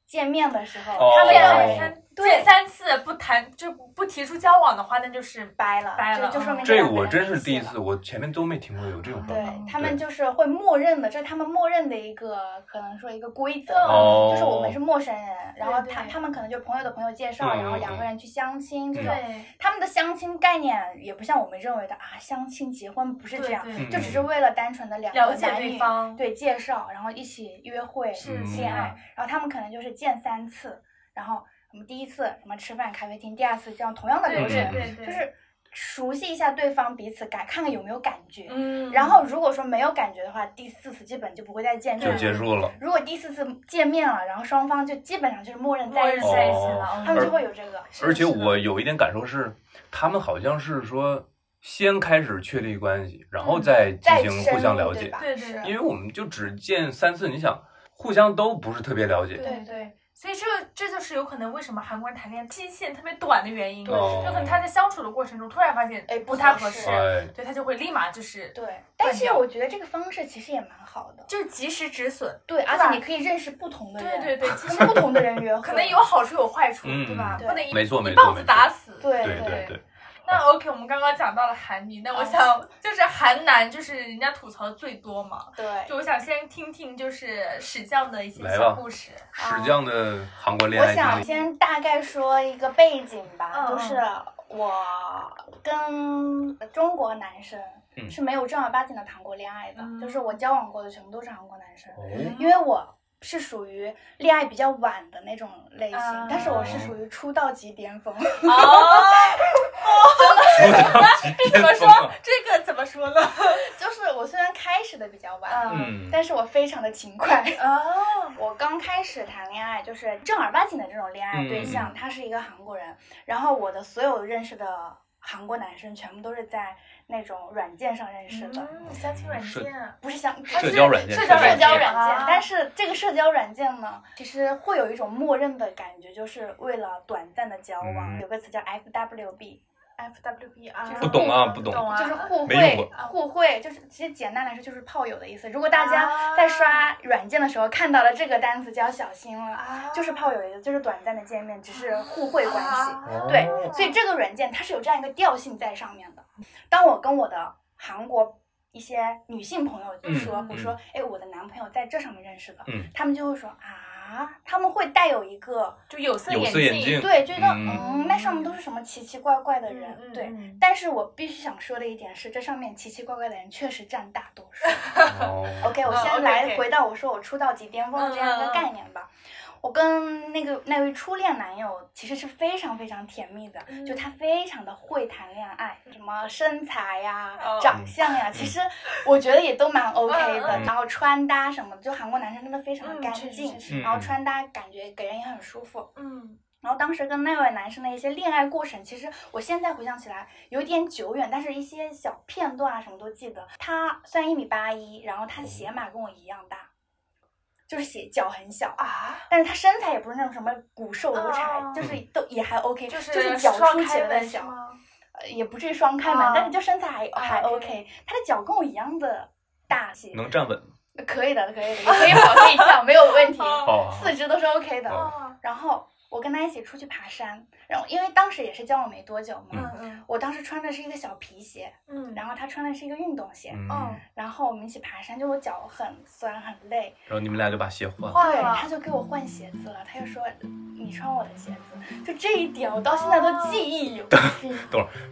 [SPEAKER 1] 见面的时候，
[SPEAKER 3] 哦
[SPEAKER 1] 他们
[SPEAKER 2] 见
[SPEAKER 1] 要
[SPEAKER 2] 两
[SPEAKER 1] 有
[SPEAKER 2] 三
[SPEAKER 1] 对
[SPEAKER 2] 见三次不谈就不不提出交往的话，那就是
[SPEAKER 1] 掰了，
[SPEAKER 2] 掰了嗯
[SPEAKER 1] 就就说明
[SPEAKER 3] 这
[SPEAKER 1] 两
[SPEAKER 3] 个
[SPEAKER 1] 个
[SPEAKER 3] 我
[SPEAKER 1] 人
[SPEAKER 3] 真
[SPEAKER 1] 没
[SPEAKER 3] 是第
[SPEAKER 1] 戏
[SPEAKER 3] 一
[SPEAKER 1] 了
[SPEAKER 3] 次，我前面都没听过有这种说法。
[SPEAKER 1] 对他们
[SPEAKER 3] 对
[SPEAKER 1] 就是会默认的，这是他们默认的一个可能说一个规则，
[SPEAKER 3] 哦
[SPEAKER 1] 就是我们是陌生人，然后
[SPEAKER 2] 对
[SPEAKER 1] 他
[SPEAKER 2] 对
[SPEAKER 1] 他们可能就朋友的朋友介绍，
[SPEAKER 3] 嗯
[SPEAKER 1] 然后
[SPEAKER 3] 嗯
[SPEAKER 1] 两个
[SPEAKER 3] 嗯
[SPEAKER 1] 人去相亲这
[SPEAKER 3] 嗯
[SPEAKER 1] 种。
[SPEAKER 2] 对
[SPEAKER 1] 他们的相亲概念也不像我们认为的啊，相亲结婚不是这
[SPEAKER 2] 对
[SPEAKER 1] 样，
[SPEAKER 3] 嗯
[SPEAKER 2] 对，
[SPEAKER 1] 就只是为了单纯的两
[SPEAKER 2] 了
[SPEAKER 1] 个
[SPEAKER 2] 解
[SPEAKER 1] 男
[SPEAKER 2] 对
[SPEAKER 1] 女
[SPEAKER 2] 方
[SPEAKER 1] 对介绍，然后一起约会
[SPEAKER 2] 是
[SPEAKER 1] 恋爱
[SPEAKER 3] 嗯，
[SPEAKER 1] 然后他们可能就是见三次，然后什么第一次什么吃饭咖啡厅，第二次这样同样的
[SPEAKER 2] 对
[SPEAKER 1] 流
[SPEAKER 2] 对
[SPEAKER 1] 程，
[SPEAKER 2] 对对，
[SPEAKER 1] 就是熟悉一下对方彼此感，看看有没有感觉。
[SPEAKER 2] 嗯，
[SPEAKER 1] 然后如果说没有感觉的话，第四次基本就不会再见面
[SPEAKER 3] 就
[SPEAKER 1] 了。
[SPEAKER 3] 结束了。
[SPEAKER 1] 如果第四次见面了，然后双方就基本上就是默认
[SPEAKER 2] 默
[SPEAKER 1] 在一
[SPEAKER 2] 认
[SPEAKER 1] 起，
[SPEAKER 2] 在一起
[SPEAKER 3] 哦
[SPEAKER 2] 了，嗯
[SPEAKER 1] 他们就会有这个。
[SPEAKER 2] 是的
[SPEAKER 3] 而且
[SPEAKER 2] 是的
[SPEAKER 3] 我有一点感受是，他们好像是说先开始确立关系，然后再
[SPEAKER 1] 再
[SPEAKER 3] 进行互相了解。
[SPEAKER 1] 对
[SPEAKER 2] 对对
[SPEAKER 1] 是
[SPEAKER 3] 因为我们就只见三次，你想互相都不是特别了解。
[SPEAKER 1] 对
[SPEAKER 2] 对，所以这个这就是有可能为什么韩国人谈恋爱期限特别短的原因，
[SPEAKER 1] 对
[SPEAKER 2] 有
[SPEAKER 3] 哦
[SPEAKER 2] 可能他在相处的过程中突然发现
[SPEAKER 1] 哎
[SPEAKER 2] 不
[SPEAKER 1] 不
[SPEAKER 2] 太
[SPEAKER 1] 合
[SPEAKER 2] 合
[SPEAKER 1] 适
[SPEAKER 2] 适，
[SPEAKER 3] 哎，
[SPEAKER 2] 对他就会立马就是
[SPEAKER 1] 对，但是
[SPEAKER 2] 掉
[SPEAKER 1] 我觉得这个方式其实也蛮好的。
[SPEAKER 2] 就是及时止损，
[SPEAKER 1] 对，而
[SPEAKER 2] 吧
[SPEAKER 1] 且你可以认识不同的
[SPEAKER 2] 对
[SPEAKER 1] 人，
[SPEAKER 2] 对对， 其实
[SPEAKER 1] 跟不同的人约会，
[SPEAKER 2] 可能有好处有坏处，
[SPEAKER 3] 嗯
[SPEAKER 2] 对吧？
[SPEAKER 1] 对
[SPEAKER 2] 不能一
[SPEAKER 3] 没错没
[SPEAKER 2] 一
[SPEAKER 3] 错
[SPEAKER 2] 棒子
[SPEAKER 3] 没错
[SPEAKER 2] 打死。
[SPEAKER 1] 对
[SPEAKER 3] 对
[SPEAKER 1] 对
[SPEAKER 3] 对，
[SPEAKER 2] 那 OK，我们刚刚讲到了韩女，那我
[SPEAKER 1] 哦
[SPEAKER 2] 想就是韩男就是人家吐槽最多嘛，
[SPEAKER 1] 对。
[SPEAKER 2] 就我想先听听就是史匠的一些
[SPEAKER 3] 来
[SPEAKER 2] 小
[SPEAKER 3] 吧
[SPEAKER 2] 故事，
[SPEAKER 3] 史匠的韩国恋
[SPEAKER 1] 我
[SPEAKER 3] 爱
[SPEAKER 1] 想
[SPEAKER 3] 经历，
[SPEAKER 1] 先大概说一个背景吧，
[SPEAKER 2] 嗯
[SPEAKER 1] 就是我跟中国男生
[SPEAKER 3] 嗯
[SPEAKER 1] 是没有正儿八经的谈过恋爱的，
[SPEAKER 2] 嗯
[SPEAKER 1] 就是我交往过的全部都是韩国男生，
[SPEAKER 3] 哦
[SPEAKER 1] 因为我。是属于恋爱比较晚的那种类型，
[SPEAKER 2] 啊
[SPEAKER 1] 但是我是属于出道即巅 峰，
[SPEAKER 2] 哦，
[SPEAKER 3] 出道即
[SPEAKER 2] 怎么
[SPEAKER 3] 巅
[SPEAKER 2] 说
[SPEAKER 3] 峰啊！
[SPEAKER 2] 这个怎么说呢？
[SPEAKER 1] 就是我虽然开始的比较晚，
[SPEAKER 3] 嗯，
[SPEAKER 1] 但是我非常的勤快。
[SPEAKER 2] 哦，
[SPEAKER 1] 我刚开始谈恋爱，就是正儿八经的这种恋爱对象，
[SPEAKER 3] 嗯
[SPEAKER 1] 他是一个韩国人。然后我的所有认识的韩国男生，全部都是在那种软件上认识的，
[SPEAKER 2] 嗯，相亲软
[SPEAKER 3] 是
[SPEAKER 2] 件。啊
[SPEAKER 1] 不是像
[SPEAKER 3] 社交软件
[SPEAKER 2] 社
[SPEAKER 3] 交
[SPEAKER 1] 社
[SPEAKER 2] 软
[SPEAKER 3] 软
[SPEAKER 1] 交
[SPEAKER 3] 件
[SPEAKER 1] 软件
[SPEAKER 2] 啊。
[SPEAKER 1] 但是这个社交软件呢，其实会有一种默认的感觉，就是为了短暂的交往，
[SPEAKER 3] 嗯
[SPEAKER 1] 有个词叫 FWB。
[SPEAKER 2] FWB 啊，
[SPEAKER 1] 就是
[SPEAKER 3] 不懂啊，不懂。
[SPEAKER 2] 懂啊，
[SPEAKER 1] 就是互
[SPEAKER 3] 没用
[SPEAKER 1] 惠
[SPEAKER 3] 过，
[SPEAKER 1] 互惠就是其实简单来说就是炮友的意思。如果大家
[SPEAKER 2] 啊
[SPEAKER 1] 在刷软件的时候看到了这个单词，就要小心了，
[SPEAKER 2] 啊，
[SPEAKER 1] 就是炮友的意思，就是短暂的见面，只是互惠关系。
[SPEAKER 2] 啊
[SPEAKER 1] 对
[SPEAKER 3] 哦，
[SPEAKER 1] 所以这个软件它是有这样一个调性在上面的。当我跟我的韩国一些女性朋友说，
[SPEAKER 2] 嗯
[SPEAKER 1] 我说，哎，我的男朋友在这上面认识的，
[SPEAKER 3] 嗯
[SPEAKER 1] 他们就会说啊，他们会带有一个
[SPEAKER 2] 就有色
[SPEAKER 3] 有色眼镜，
[SPEAKER 1] 对，觉得
[SPEAKER 3] 嗯
[SPEAKER 1] 嗯那上面都是什么奇奇怪怪的人，
[SPEAKER 2] 嗯嗯
[SPEAKER 1] 对。
[SPEAKER 2] 嗯
[SPEAKER 1] 但是我必须想说的一点是，这上面奇奇怪怪的人确实占大多数。
[SPEAKER 3] 哦
[SPEAKER 1] OK，我
[SPEAKER 2] 嗯
[SPEAKER 1] 先
[SPEAKER 2] ，OK，
[SPEAKER 1] 来
[SPEAKER 2] OK
[SPEAKER 1] 回到我说我出道即巅峰的这样一个概念
[SPEAKER 2] 嗯
[SPEAKER 1] 吧。我跟那个那位初恋男友其实是非常非常甜蜜的，
[SPEAKER 2] 嗯
[SPEAKER 1] 就他非常的会谈恋爱，什么身材呀、
[SPEAKER 2] 哦
[SPEAKER 1] 长相呀，其实我觉得也都蛮 OK 的。
[SPEAKER 2] 嗯
[SPEAKER 1] 然后穿搭什么的，就韩国男生真的非常的
[SPEAKER 2] 嗯
[SPEAKER 1] 干
[SPEAKER 2] 确实
[SPEAKER 1] 净
[SPEAKER 2] 确，实
[SPEAKER 1] 然后
[SPEAKER 3] 嗯
[SPEAKER 1] 穿搭感觉给人也很舒服。
[SPEAKER 2] 嗯，
[SPEAKER 1] 然后当时跟那位男生的一些恋爱过程，其实我现在回想起来有点久远，但是一些小片段啊什么都记得。他虽然一米八一，然后他
[SPEAKER 2] 嗯
[SPEAKER 1] 的鞋码跟我一样大，就是鞋脚很小，
[SPEAKER 2] 啊，
[SPEAKER 1] 但是他身材也不是那种什么骨瘦如柴，
[SPEAKER 2] 哦
[SPEAKER 1] 就是都也还 OK，
[SPEAKER 2] 就是是
[SPEAKER 1] 脚
[SPEAKER 2] 双
[SPEAKER 1] 凸起
[SPEAKER 2] 开
[SPEAKER 1] 来的
[SPEAKER 2] 门是
[SPEAKER 1] 脚，
[SPEAKER 2] 吗？
[SPEAKER 1] 呃也不至于双开门，
[SPEAKER 2] 哦
[SPEAKER 1] 但是就身材还还
[SPEAKER 2] 哦
[SPEAKER 1] OK。他的脚跟我一样的大些，
[SPEAKER 3] 能站稳。
[SPEAKER 1] 可以的，可以的，也 可以跑，可以跳，没有问题，
[SPEAKER 2] 哦
[SPEAKER 3] 哦，
[SPEAKER 1] 四肢都是 OK 的。
[SPEAKER 3] 哦
[SPEAKER 2] 啊，
[SPEAKER 1] 然后我跟他一起出去爬山，然后因为当时也是交往没多久嘛，
[SPEAKER 2] 嗯嗯
[SPEAKER 1] 我当时穿的是一个小皮鞋，
[SPEAKER 2] 嗯，
[SPEAKER 1] 然后他穿的是一个运动鞋，
[SPEAKER 3] 嗯，
[SPEAKER 2] 哦
[SPEAKER 1] 然后我们一起爬山，就我脚很酸很累，
[SPEAKER 3] 然后你们俩就把鞋换了。
[SPEAKER 2] 换
[SPEAKER 1] 对，
[SPEAKER 2] 了
[SPEAKER 1] 他就给我换鞋子了，他就说你穿我的鞋子，就这一点我到现在都记忆犹新。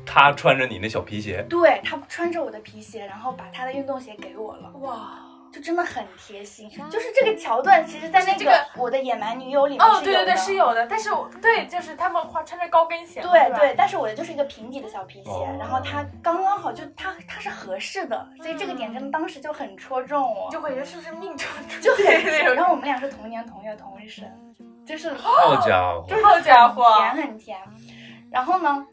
[SPEAKER 3] 他穿着你那小皮鞋，
[SPEAKER 1] 对他穿着我的皮鞋，然后把他的运动鞋给我了，
[SPEAKER 2] 哇，
[SPEAKER 1] 就真的很贴心。就是这个桥段，其实，在那
[SPEAKER 2] 这个
[SPEAKER 1] 我的野蛮女友里面
[SPEAKER 2] 哦，
[SPEAKER 1] 是
[SPEAKER 2] 对
[SPEAKER 1] 有
[SPEAKER 2] 对对，
[SPEAKER 1] 的
[SPEAKER 2] 是有的，但是我对，就是他们穿穿着高跟鞋嘛，
[SPEAKER 1] 对
[SPEAKER 2] 是吧
[SPEAKER 1] 对，，但是我的就是一个平底的小皮鞋，
[SPEAKER 3] 哦
[SPEAKER 1] 然后它刚刚好就它它是合适的，所以这个点真的当时就很戳中我，
[SPEAKER 2] 嗯就会觉得是不是命中注
[SPEAKER 1] 就
[SPEAKER 2] 定
[SPEAKER 1] 很
[SPEAKER 2] 那
[SPEAKER 1] 然
[SPEAKER 2] 种，
[SPEAKER 1] 后我们俩是同年同月同日生，就是
[SPEAKER 3] 好家伙，
[SPEAKER 2] 好哦家伙，
[SPEAKER 1] 甜很甜。然后呢，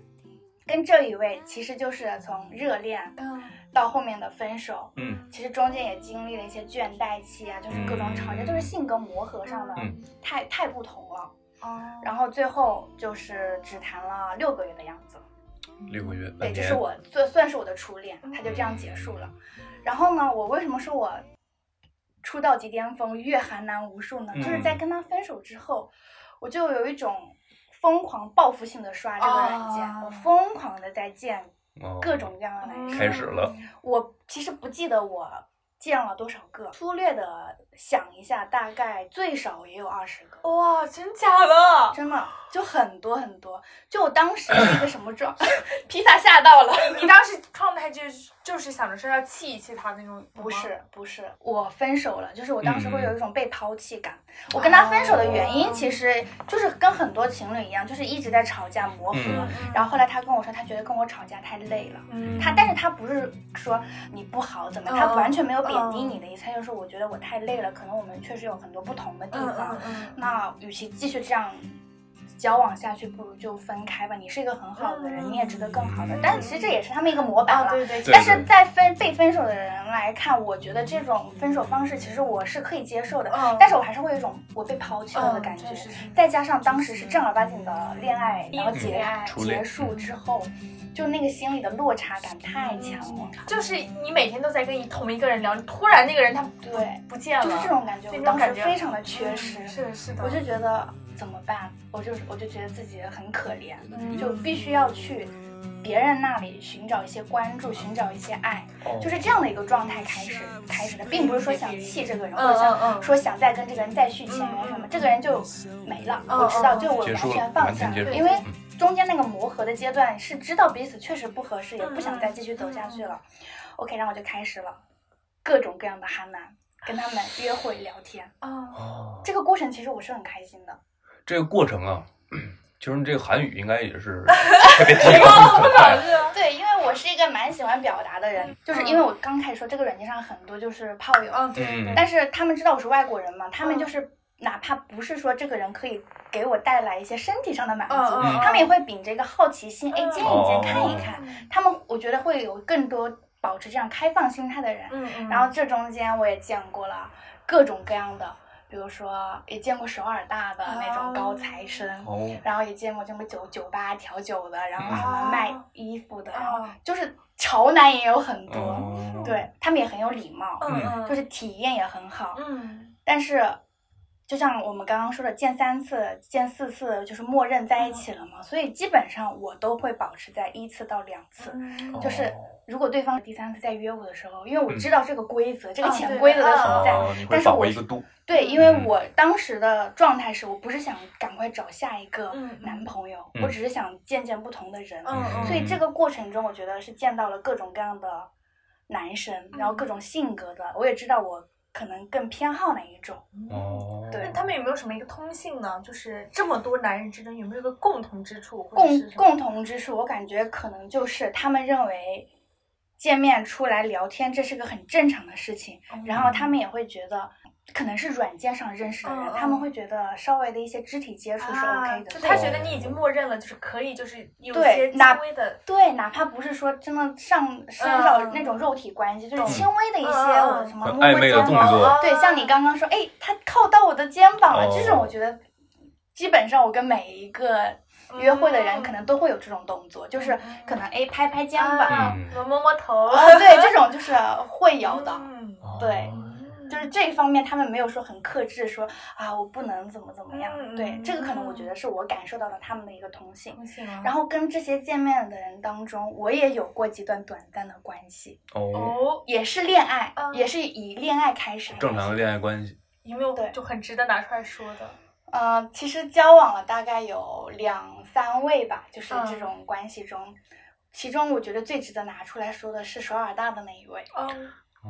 [SPEAKER 1] 跟这一位其实就是从热恋
[SPEAKER 2] 嗯
[SPEAKER 1] 到后面的分手，
[SPEAKER 3] 嗯，
[SPEAKER 1] 其实中间也经历了一些倦怠期啊，就是各种吵架，
[SPEAKER 3] 嗯
[SPEAKER 1] 就是性格磨合上的
[SPEAKER 3] 嗯
[SPEAKER 1] 太太不同了。
[SPEAKER 2] 哦，
[SPEAKER 1] 然后最后就是只谈了六个月的样子。
[SPEAKER 3] 六个月，半
[SPEAKER 1] 嗯对，这
[SPEAKER 3] 年嗯
[SPEAKER 1] 是，我算算是我的初恋，它就这样结束了。然后呢，我为什么说我出道即巅峰，阅韩男无数呢？就是在
[SPEAKER 3] 嗯
[SPEAKER 1] 跟他分手之后，我就有一种疯狂报复性的刷这个软件，
[SPEAKER 2] 哦
[SPEAKER 1] 我疯狂的在见
[SPEAKER 3] 哦
[SPEAKER 1] 各种各样的男生。
[SPEAKER 3] 开始了，
[SPEAKER 1] 我其实不记得我见了多少个，粗略的想一下，大概最少也有二十个。
[SPEAKER 2] 哇，真假了？
[SPEAKER 1] 真的就很多很多，就我当时是一个什么状， 披萨吓到了，
[SPEAKER 2] 你当时状态就是就是想着说要气一气他那种，
[SPEAKER 1] 不是不是，我分手了，就是我当时会有一种被抛弃感。我跟
[SPEAKER 2] 哦
[SPEAKER 1] 他分手的原因，其实就是跟很多情侣一样，就是一直在吵架磨合。
[SPEAKER 3] 嗯
[SPEAKER 1] 然后后来他跟我说，他觉得跟我吵架太累了。
[SPEAKER 2] 嗯，
[SPEAKER 1] 他，但是他不是说你不好怎么，他
[SPEAKER 2] 嗯
[SPEAKER 1] 完全没有贬低
[SPEAKER 2] 嗯
[SPEAKER 1] 你的意思，他就是我觉得我太累了，可能我们确实有很多不同的地
[SPEAKER 2] 嗯
[SPEAKER 1] 方
[SPEAKER 2] 嗯。嗯
[SPEAKER 1] 那与其继续这样交往下去，不如就分开吧。你是一个很好的人，
[SPEAKER 2] 嗯
[SPEAKER 1] 你也值得更好的。但是其实这也是他们一个模板
[SPEAKER 2] 啊
[SPEAKER 1] 嘛，
[SPEAKER 2] 对对
[SPEAKER 3] 对
[SPEAKER 1] 但是在分被分手的人来看，我觉得这种分手方式其实我是可以接受的，
[SPEAKER 2] 嗯
[SPEAKER 1] 但是我还是会有一种我被抛弃了的
[SPEAKER 2] 嗯
[SPEAKER 1] 感觉。
[SPEAKER 2] 确实是
[SPEAKER 1] 再加上当时是正儿八经的恋爱，
[SPEAKER 2] 嗯
[SPEAKER 1] 然后结、
[SPEAKER 2] 恋爱
[SPEAKER 3] 初恋
[SPEAKER 1] 结束之后，就那个心里的落差感太
[SPEAKER 2] 嗯
[SPEAKER 1] 强了，
[SPEAKER 2] 就是你每天都在跟一同一个人聊，你突然那个人他不
[SPEAKER 1] 对
[SPEAKER 2] 不见了，
[SPEAKER 1] 就是这种感觉，
[SPEAKER 2] 那
[SPEAKER 1] 我
[SPEAKER 2] 种
[SPEAKER 1] 当时
[SPEAKER 2] 感觉
[SPEAKER 1] 非常的缺失。
[SPEAKER 2] 嗯是的，是的，
[SPEAKER 1] 我就觉得怎么办？我就我就觉得自己很可怜，
[SPEAKER 2] 嗯
[SPEAKER 1] 就必须要去别人那里寻找一些关注，寻找一些爱，
[SPEAKER 3] 哦
[SPEAKER 1] 就是这样的一个状态开始开始的，并不是说想气这个人，
[SPEAKER 2] 嗯
[SPEAKER 1] 或者想
[SPEAKER 2] 嗯嗯
[SPEAKER 1] 说想再跟这个人再续前缘什么，这个人就没了。我知道，
[SPEAKER 2] 嗯嗯
[SPEAKER 1] 就我
[SPEAKER 3] 结
[SPEAKER 1] 完
[SPEAKER 3] 束了
[SPEAKER 1] 全放
[SPEAKER 3] 完
[SPEAKER 1] 下
[SPEAKER 3] 全结束
[SPEAKER 1] 因为
[SPEAKER 3] 了嗯
[SPEAKER 1] 中间那个磨合的阶段是知道彼此确实不合适，也不想再继续走下去了。OK，然后我就开始了各种各样的憨男，跟他们约会聊天。
[SPEAKER 2] 啊，
[SPEAKER 3] 哦，
[SPEAKER 1] 这个过程其实我是很开心的，
[SPEAKER 3] 这个过程啊， 就是这个韩语应该 也是特别提高很快，
[SPEAKER 2] 是
[SPEAKER 1] 对，因为我是一个蛮喜欢表达的人，嗯就是因为我刚开始说这个软件上很多就是炮友，
[SPEAKER 2] 嗯，对对
[SPEAKER 3] 嗯
[SPEAKER 2] 对，
[SPEAKER 1] 但是他们知道我是外国人嘛，他们
[SPEAKER 2] 嗯
[SPEAKER 1] 就是哪怕不是说这个人可以给我带来一些身体上的满
[SPEAKER 2] 嗯
[SPEAKER 1] 足，
[SPEAKER 2] 嗯
[SPEAKER 1] 他们也会秉着一个好奇心，哎，
[SPEAKER 2] 嗯
[SPEAKER 1] 见一见，
[SPEAKER 3] 哦
[SPEAKER 1] 看一看，他们我觉得会有更多保持这样开放心态的人。
[SPEAKER 2] 嗯嗯，
[SPEAKER 1] 然后这中间我也见过了各种各样的。比如说也见过首尔大的那种高材生。
[SPEAKER 3] 哦，
[SPEAKER 1] 然后也见过这么酒酒吧调酒的，然后什
[SPEAKER 2] 嗯
[SPEAKER 1] 么
[SPEAKER 2] 啊
[SPEAKER 1] 卖衣服的，然后
[SPEAKER 2] 啊
[SPEAKER 1] 就是潮男也有很多，
[SPEAKER 3] 哦，
[SPEAKER 1] 对他们也很有礼貌，
[SPEAKER 2] 嗯嗯，
[SPEAKER 1] 就是体验也很好。
[SPEAKER 2] 嗯
[SPEAKER 1] 但是，就像我们刚刚说的，见三次、见四次就是默认在一起了嘛，所以基本上我都会保持在一次到两次。
[SPEAKER 2] 嗯，
[SPEAKER 1] 就是
[SPEAKER 3] 哦
[SPEAKER 1] 如果对方第三次再约我的时候，因为我
[SPEAKER 3] 嗯
[SPEAKER 1] 知道这个规则、这个
[SPEAKER 2] 啊
[SPEAKER 1] 潜
[SPEAKER 2] 对
[SPEAKER 1] 规则的存嗯在，
[SPEAKER 3] 哦哦，你
[SPEAKER 1] 但
[SPEAKER 3] 会
[SPEAKER 1] 是
[SPEAKER 3] 把
[SPEAKER 1] 我
[SPEAKER 3] 握一个度，
[SPEAKER 1] 对，因为
[SPEAKER 3] 嗯
[SPEAKER 1] 我当时的状态是我不是想赶快找下一个
[SPEAKER 2] 嗯嗯
[SPEAKER 1] 男朋友，
[SPEAKER 3] 嗯
[SPEAKER 1] 我只是想见见不同的人。
[SPEAKER 2] 嗯嗯，
[SPEAKER 1] 所以这个过程中，我觉得是见到了各种各样的男生，然后各
[SPEAKER 2] 嗯
[SPEAKER 1] 种性格的，我也知道我可能更偏好哪一种。
[SPEAKER 3] 哦，
[SPEAKER 1] 对
[SPEAKER 2] 那他们有没有什么一个通性呢？就是这么多男人之中有没有一个共同之处？或者
[SPEAKER 1] 共
[SPEAKER 2] 是什么
[SPEAKER 1] 共同之处，我感觉可能就是他们认为见面出来聊天这是个很正常的事情，
[SPEAKER 2] 嗯
[SPEAKER 1] 然后他们也会觉得。可能是软件上认识的人，
[SPEAKER 2] 嗯嗯
[SPEAKER 1] 他们会觉得稍微的一些肢体接触是
[SPEAKER 2] 啊
[SPEAKER 1] OK 的，
[SPEAKER 2] 就他
[SPEAKER 3] 哦
[SPEAKER 2] 觉得你已经默认了，就是可以，就是有一
[SPEAKER 1] 对
[SPEAKER 2] 些
[SPEAKER 1] 哪
[SPEAKER 2] 轻微的，
[SPEAKER 1] 对，哪怕不是说真的上伸手
[SPEAKER 2] 嗯
[SPEAKER 1] 那种肉体关系，就
[SPEAKER 2] 懂
[SPEAKER 1] 是轻微的一些
[SPEAKER 2] 嗯
[SPEAKER 1] 我
[SPEAKER 2] 嗯
[SPEAKER 1] 什么
[SPEAKER 3] 很
[SPEAKER 1] 摸
[SPEAKER 3] 暧
[SPEAKER 1] 摸
[SPEAKER 3] 昧的
[SPEAKER 1] 肩
[SPEAKER 3] 动
[SPEAKER 1] 膀，
[SPEAKER 3] 作
[SPEAKER 2] 啊
[SPEAKER 1] 对，像你刚刚说，哎，他靠到我的肩膀了，这种
[SPEAKER 3] 哦
[SPEAKER 1] 我觉得基本上我跟每一个约会的人可
[SPEAKER 2] 嗯
[SPEAKER 1] 能都会有这种动作，就是可能哎拍拍肩膀，
[SPEAKER 2] 啊
[SPEAKER 1] 啊
[SPEAKER 3] 嗯
[SPEAKER 2] 我摸摸头，
[SPEAKER 1] 对，这种就是会有的。
[SPEAKER 2] 嗯
[SPEAKER 3] 哦
[SPEAKER 1] 对
[SPEAKER 2] 嗯
[SPEAKER 1] 就是这一方面，他们没有说很克制，说啊我不能怎么怎么样。
[SPEAKER 2] 嗯
[SPEAKER 1] 对，这个可能我
[SPEAKER 2] 嗯
[SPEAKER 1] 觉得是我感受到了他们的一个同性。
[SPEAKER 2] 通性啊，
[SPEAKER 1] 然后跟这些见面的人当中，我也有过几段短暂的关系，
[SPEAKER 3] 哦，
[SPEAKER 2] 哦，
[SPEAKER 1] 也是恋爱，
[SPEAKER 2] 嗯
[SPEAKER 1] 也是以恋爱开始。
[SPEAKER 3] 正常的。恋爱关系，
[SPEAKER 2] 有没有
[SPEAKER 1] 对
[SPEAKER 2] 就很值得拿出来说的？
[SPEAKER 1] 呃，其实交往了大概有两三位吧，就是
[SPEAKER 2] 嗯
[SPEAKER 1] 这种关系中，其中我觉得最值得拿出来说的是首尔大的那一位，
[SPEAKER 2] 嗯，
[SPEAKER 3] 哦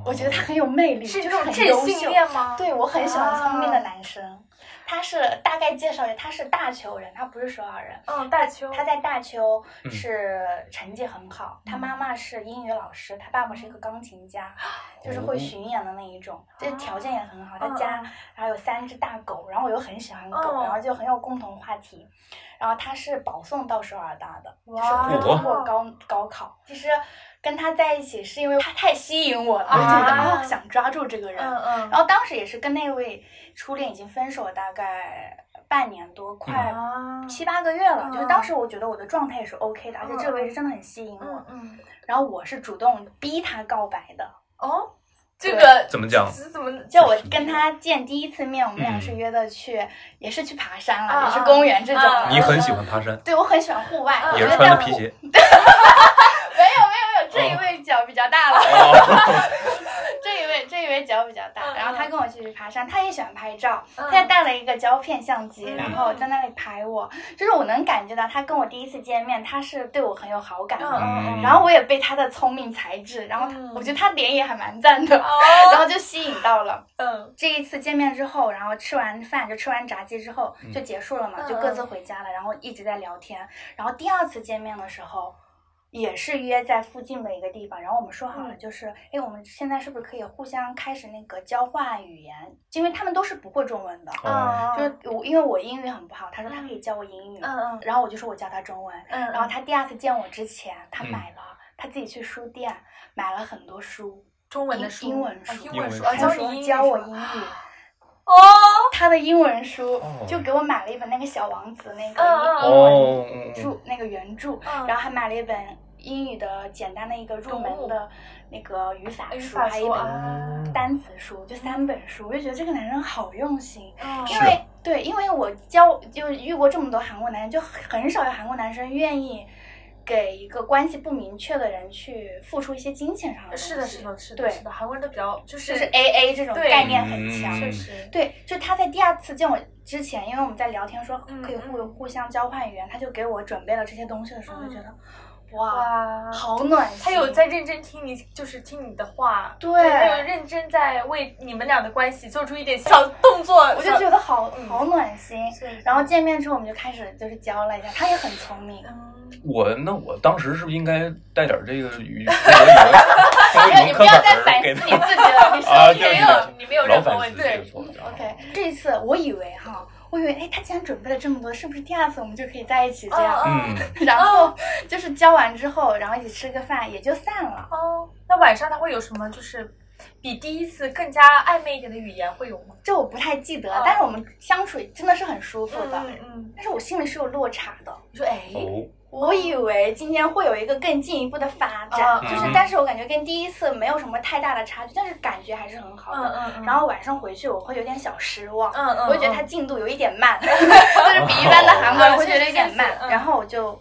[SPEAKER 1] 我觉得他很有魅力，
[SPEAKER 2] 是
[SPEAKER 1] 就
[SPEAKER 2] 这
[SPEAKER 1] 是
[SPEAKER 2] 种
[SPEAKER 1] 很
[SPEAKER 2] 正
[SPEAKER 1] 优
[SPEAKER 2] 性
[SPEAKER 1] 秀。
[SPEAKER 2] 恋吗？
[SPEAKER 1] 对，我很喜欢聪明的
[SPEAKER 2] 啊
[SPEAKER 1] 男生。他是大概介绍一下，他是大邱人，他不是首尔人。
[SPEAKER 2] 嗯，大邱，
[SPEAKER 1] 他在大邱
[SPEAKER 3] 嗯
[SPEAKER 1] 是成绩很好，
[SPEAKER 2] 嗯
[SPEAKER 1] 他妈妈是英语老师，他爸爸是一个钢琴家，就是
[SPEAKER 2] 哦
[SPEAKER 1] 会巡演的那一种，就是条件也很好。他
[SPEAKER 2] 嗯
[SPEAKER 1] 家然后有三只大狗，然后我又很喜欢狗，
[SPEAKER 2] 嗯
[SPEAKER 1] 然后就很有共同话题。然后他是保送到首尔大的，就
[SPEAKER 2] 哇哦
[SPEAKER 1] 是会通过
[SPEAKER 2] 哇
[SPEAKER 1] 高高考。其实跟他在一起是因为他太吸引我了，我
[SPEAKER 2] 啊
[SPEAKER 1] 就觉得啊想抓住这个人。
[SPEAKER 2] 嗯嗯，
[SPEAKER 1] 然后当时也是跟那位初恋已经分手了大概半年多，快
[SPEAKER 2] 啊，
[SPEAKER 1] 七八个月了，
[SPEAKER 2] 嗯
[SPEAKER 1] 就是当时我觉得我的状态也是 OK 的，而且这个位置真的很吸引我
[SPEAKER 2] 嗯。嗯，
[SPEAKER 1] 然后我是主动逼他告白的，
[SPEAKER 2] 哦，这
[SPEAKER 1] 对
[SPEAKER 2] 个
[SPEAKER 3] 怎么讲
[SPEAKER 2] 这怎么
[SPEAKER 1] 就我跟他见第一次面，我们俩
[SPEAKER 3] 嗯
[SPEAKER 1] 是约的去，也是去爬山
[SPEAKER 2] 啊
[SPEAKER 1] 了，也是公园这种
[SPEAKER 2] 啊
[SPEAKER 1] 的。
[SPEAKER 3] 你很喜欢爬山，
[SPEAKER 1] 对我很喜欢户外，我觉
[SPEAKER 2] 嗯
[SPEAKER 3] 也
[SPEAKER 1] 得
[SPEAKER 3] 是
[SPEAKER 1] 在
[SPEAKER 3] 穿嗯
[SPEAKER 1] 户
[SPEAKER 3] 着皮鞋，
[SPEAKER 1] 没有没有没有，这一位脚比较大了，
[SPEAKER 3] 哦，
[SPEAKER 1] 这一位这一位脚比较大。
[SPEAKER 2] 嗯
[SPEAKER 1] 然后他跟我去爬山，他也喜欢拍照，
[SPEAKER 2] 嗯
[SPEAKER 1] 他也带了一个胶片相机，
[SPEAKER 2] 嗯
[SPEAKER 1] 然后在那里拍我，就是我能感觉到他跟我第一次见面，他是对我很有好感的。
[SPEAKER 2] 嗯嗯嗯
[SPEAKER 1] 然后我也被他的聪明才智，然后他
[SPEAKER 2] 嗯
[SPEAKER 1] 我觉得他脸也还蛮赞的，然
[SPEAKER 2] 哦，
[SPEAKER 1] 后就吸引到了。
[SPEAKER 2] 嗯
[SPEAKER 1] 这一次见面之后，然后吃完饭就吃完炸鸡之后
[SPEAKER 3] 嗯
[SPEAKER 1] 就结束了嘛，
[SPEAKER 2] 嗯
[SPEAKER 1] 就各自回家了，然后一直在聊天。然后第二次见面的时候。也是约在附近的一个地方，然后我们说好了，
[SPEAKER 2] 嗯
[SPEAKER 1] 就是，哎、我们现在是不是可以互相开始那个交换语言？因为他们都是不会中文的，
[SPEAKER 3] 哦
[SPEAKER 1] 就是我因为我英语很不好，他说他可以教我英语，
[SPEAKER 2] 嗯嗯
[SPEAKER 1] 然后我就说我教他中文，
[SPEAKER 2] 嗯，
[SPEAKER 1] 然后他第二次见我之前，他
[SPEAKER 3] 嗯
[SPEAKER 1] 买了，他自己去书店买了很多书，
[SPEAKER 2] 中文的
[SPEAKER 1] 英
[SPEAKER 2] 书，
[SPEAKER 1] 英文
[SPEAKER 2] 啊
[SPEAKER 1] 书
[SPEAKER 2] 英
[SPEAKER 3] 英
[SPEAKER 2] 文
[SPEAKER 3] 文
[SPEAKER 2] 书，
[SPEAKER 3] 书
[SPEAKER 2] 啊
[SPEAKER 1] 他
[SPEAKER 3] 教
[SPEAKER 2] 教
[SPEAKER 1] 说
[SPEAKER 2] 你英语
[SPEAKER 1] 教我
[SPEAKER 2] 是吧
[SPEAKER 1] 英语。
[SPEAKER 2] 哦，
[SPEAKER 1] 他的英文书
[SPEAKER 3] 哦
[SPEAKER 1] 就给我买了一本那个《小王子》那
[SPEAKER 2] 嗯
[SPEAKER 1] 个英
[SPEAKER 3] 哦
[SPEAKER 1] 英文著那个原著，
[SPEAKER 2] 嗯
[SPEAKER 1] 然后还买了一本英语的简单的一个入门的那个语法
[SPEAKER 2] 哎语
[SPEAKER 1] 书，
[SPEAKER 2] 法
[SPEAKER 1] 还有一
[SPEAKER 2] 书
[SPEAKER 3] 啊
[SPEAKER 1] 本单词书，就三本书。我就觉得这个男人好用心，
[SPEAKER 2] 嗯
[SPEAKER 1] 因为对，因为我交就是遇过这么多韩国男人，就很少有韩国男生愿意给一个关系不明确的人去付出一些金钱上的东西。
[SPEAKER 2] 是的，是的，是的，
[SPEAKER 1] 对
[SPEAKER 2] 是的，韩国人都比较就是
[SPEAKER 1] 就是 A A 这种
[SPEAKER 2] 对
[SPEAKER 1] 概念很
[SPEAKER 3] 嗯
[SPEAKER 1] 强。
[SPEAKER 2] 确实，
[SPEAKER 1] 对，就他在第二次见我之前，因为我们在聊天说
[SPEAKER 2] 嗯
[SPEAKER 1] 可以互
[SPEAKER 2] 嗯
[SPEAKER 1] 互相交换语言，他就给我准备了这些东西的时候，
[SPEAKER 2] 嗯
[SPEAKER 1] 就觉得哇，
[SPEAKER 2] 哇，
[SPEAKER 1] 好暖心。
[SPEAKER 2] 他有在认真听你，就是听你的话，
[SPEAKER 1] 对
[SPEAKER 2] 他有认真在为你们俩的关系做出一点小动作，
[SPEAKER 1] 我就
[SPEAKER 2] 小
[SPEAKER 1] 觉得好
[SPEAKER 2] 嗯
[SPEAKER 1] 好暖心。
[SPEAKER 2] 是
[SPEAKER 1] 然后见面之后，我们就开始就是交了一下，他也很聪明，
[SPEAKER 2] 嗯
[SPEAKER 3] 我那我当时是不是应该带点这个语
[SPEAKER 1] 你
[SPEAKER 3] 我语文语文
[SPEAKER 1] 不
[SPEAKER 3] 课
[SPEAKER 1] 要
[SPEAKER 3] 本
[SPEAKER 1] 再
[SPEAKER 3] 儿
[SPEAKER 1] 反
[SPEAKER 3] 给
[SPEAKER 1] 思
[SPEAKER 3] 他
[SPEAKER 1] 哎你自己了，你
[SPEAKER 3] 啊，
[SPEAKER 1] 说
[SPEAKER 3] 对
[SPEAKER 1] 没
[SPEAKER 2] 没
[SPEAKER 1] 有
[SPEAKER 2] 有你没有
[SPEAKER 3] 不起老
[SPEAKER 2] 任何
[SPEAKER 3] 反
[SPEAKER 2] 问
[SPEAKER 3] 思
[SPEAKER 2] 题
[SPEAKER 3] 这个错误 了
[SPEAKER 1] ？OK，这一次我以为哈，我以为哎，他既然准备了这么多，是不是第二次我们就可以在一起这样？
[SPEAKER 3] 嗯，
[SPEAKER 1] 然后就是交完之后，然后一起吃个饭，也就散了。
[SPEAKER 2] 哦，那晚上他会有什么就是比第一次更加暧昧一点的语言会有吗？
[SPEAKER 1] 这我不太记得，
[SPEAKER 2] 哦
[SPEAKER 1] 但是我们相处真的是很舒服的。
[SPEAKER 2] 嗯嗯，
[SPEAKER 1] 但是我心里是有落差的，
[SPEAKER 2] 你说哎，
[SPEAKER 3] 哦，
[SPEAKER 1] 我以为今天会有一个更进一步的发展，
[SPEAKER 2] 嗯
[SPEAKER 1] 就是
[SPEAKER 3] 嗯，
[SPEAKER 1] 但是我感觉跟第一次没有什么太大的差距，但是感觉还是很好
[SPEAKER 2] 嗯
[SPEAKER 1] 的。
[SPEAKER 2] 嗯嗯，
[SPEAKER 1] 然后晚上回去我会有点小失望，
[SPEAKER 2] 嗯嗯，
[SPEAKER 1] 我会觉得它进度有一点 慢，就是比一般
[SPEAKER 3] 哦
[SPEAKER 1] 的韩国人会觉得有点慢
[SPEAKER 2] 是是。是
[SPEAKER 1] 然后我就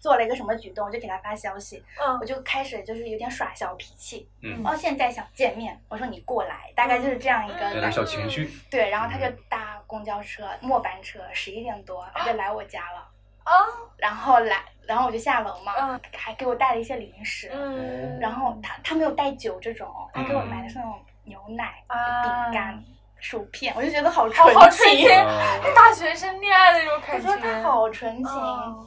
[SPEAKER 1] 做了一个什么举动，我就给他发消息，
[SPEAKER 2] 嗯
[SPEAKER 1] 我就开始就是有点耍小脾气，
[SPEAKER 3] 嗯
[SPEAKER 1] 哦，现在想见面，我说你过来，大概就是这样一个感
[SPEAKER 3] 有
[SPEAKER 1] 觉。
[SPEAKER 3] 点小 情绪，
[SPEAKER 1] 对，然后他就
[SPEAKER 2] 嗯
[SPEAKER 1] 搭公交车末班车，十一点多他就来我家了，
[SPEAKER 2] 啊
[SPEAKER 1] 然后来，然后我就下楼嘛，
[SPEAKER 2] 嗯
[SPEAKER 1] 还给我带了一些零食，
[SPEAKER 2] 嗯，
[SPEAKER 1] 然后他他没有带酒这种，他给我
[SPEAKER 3] 嗯
[SPEAKER 1] 买的是那种牛奶、
[SPEAKER 2] 啊
[SPEAKER 1] 饼干、薯片，我就觉得好
[SPEAKER 2] 哦好
[SPEAKER 1] 纯
[SPEAKER 2] 好纯
[SPEAKER 1] 情
[SPEAKER 2] 情，哎
[SPEAKER 3] 啊
[SPEAKER 2] 大学生恋爱的那种
[SPEAKER 1] 我
[SPEAKER 2] 感觉，
[SPEAKER 1] 说他好纯情，
[SPEAKER 2] 嗯，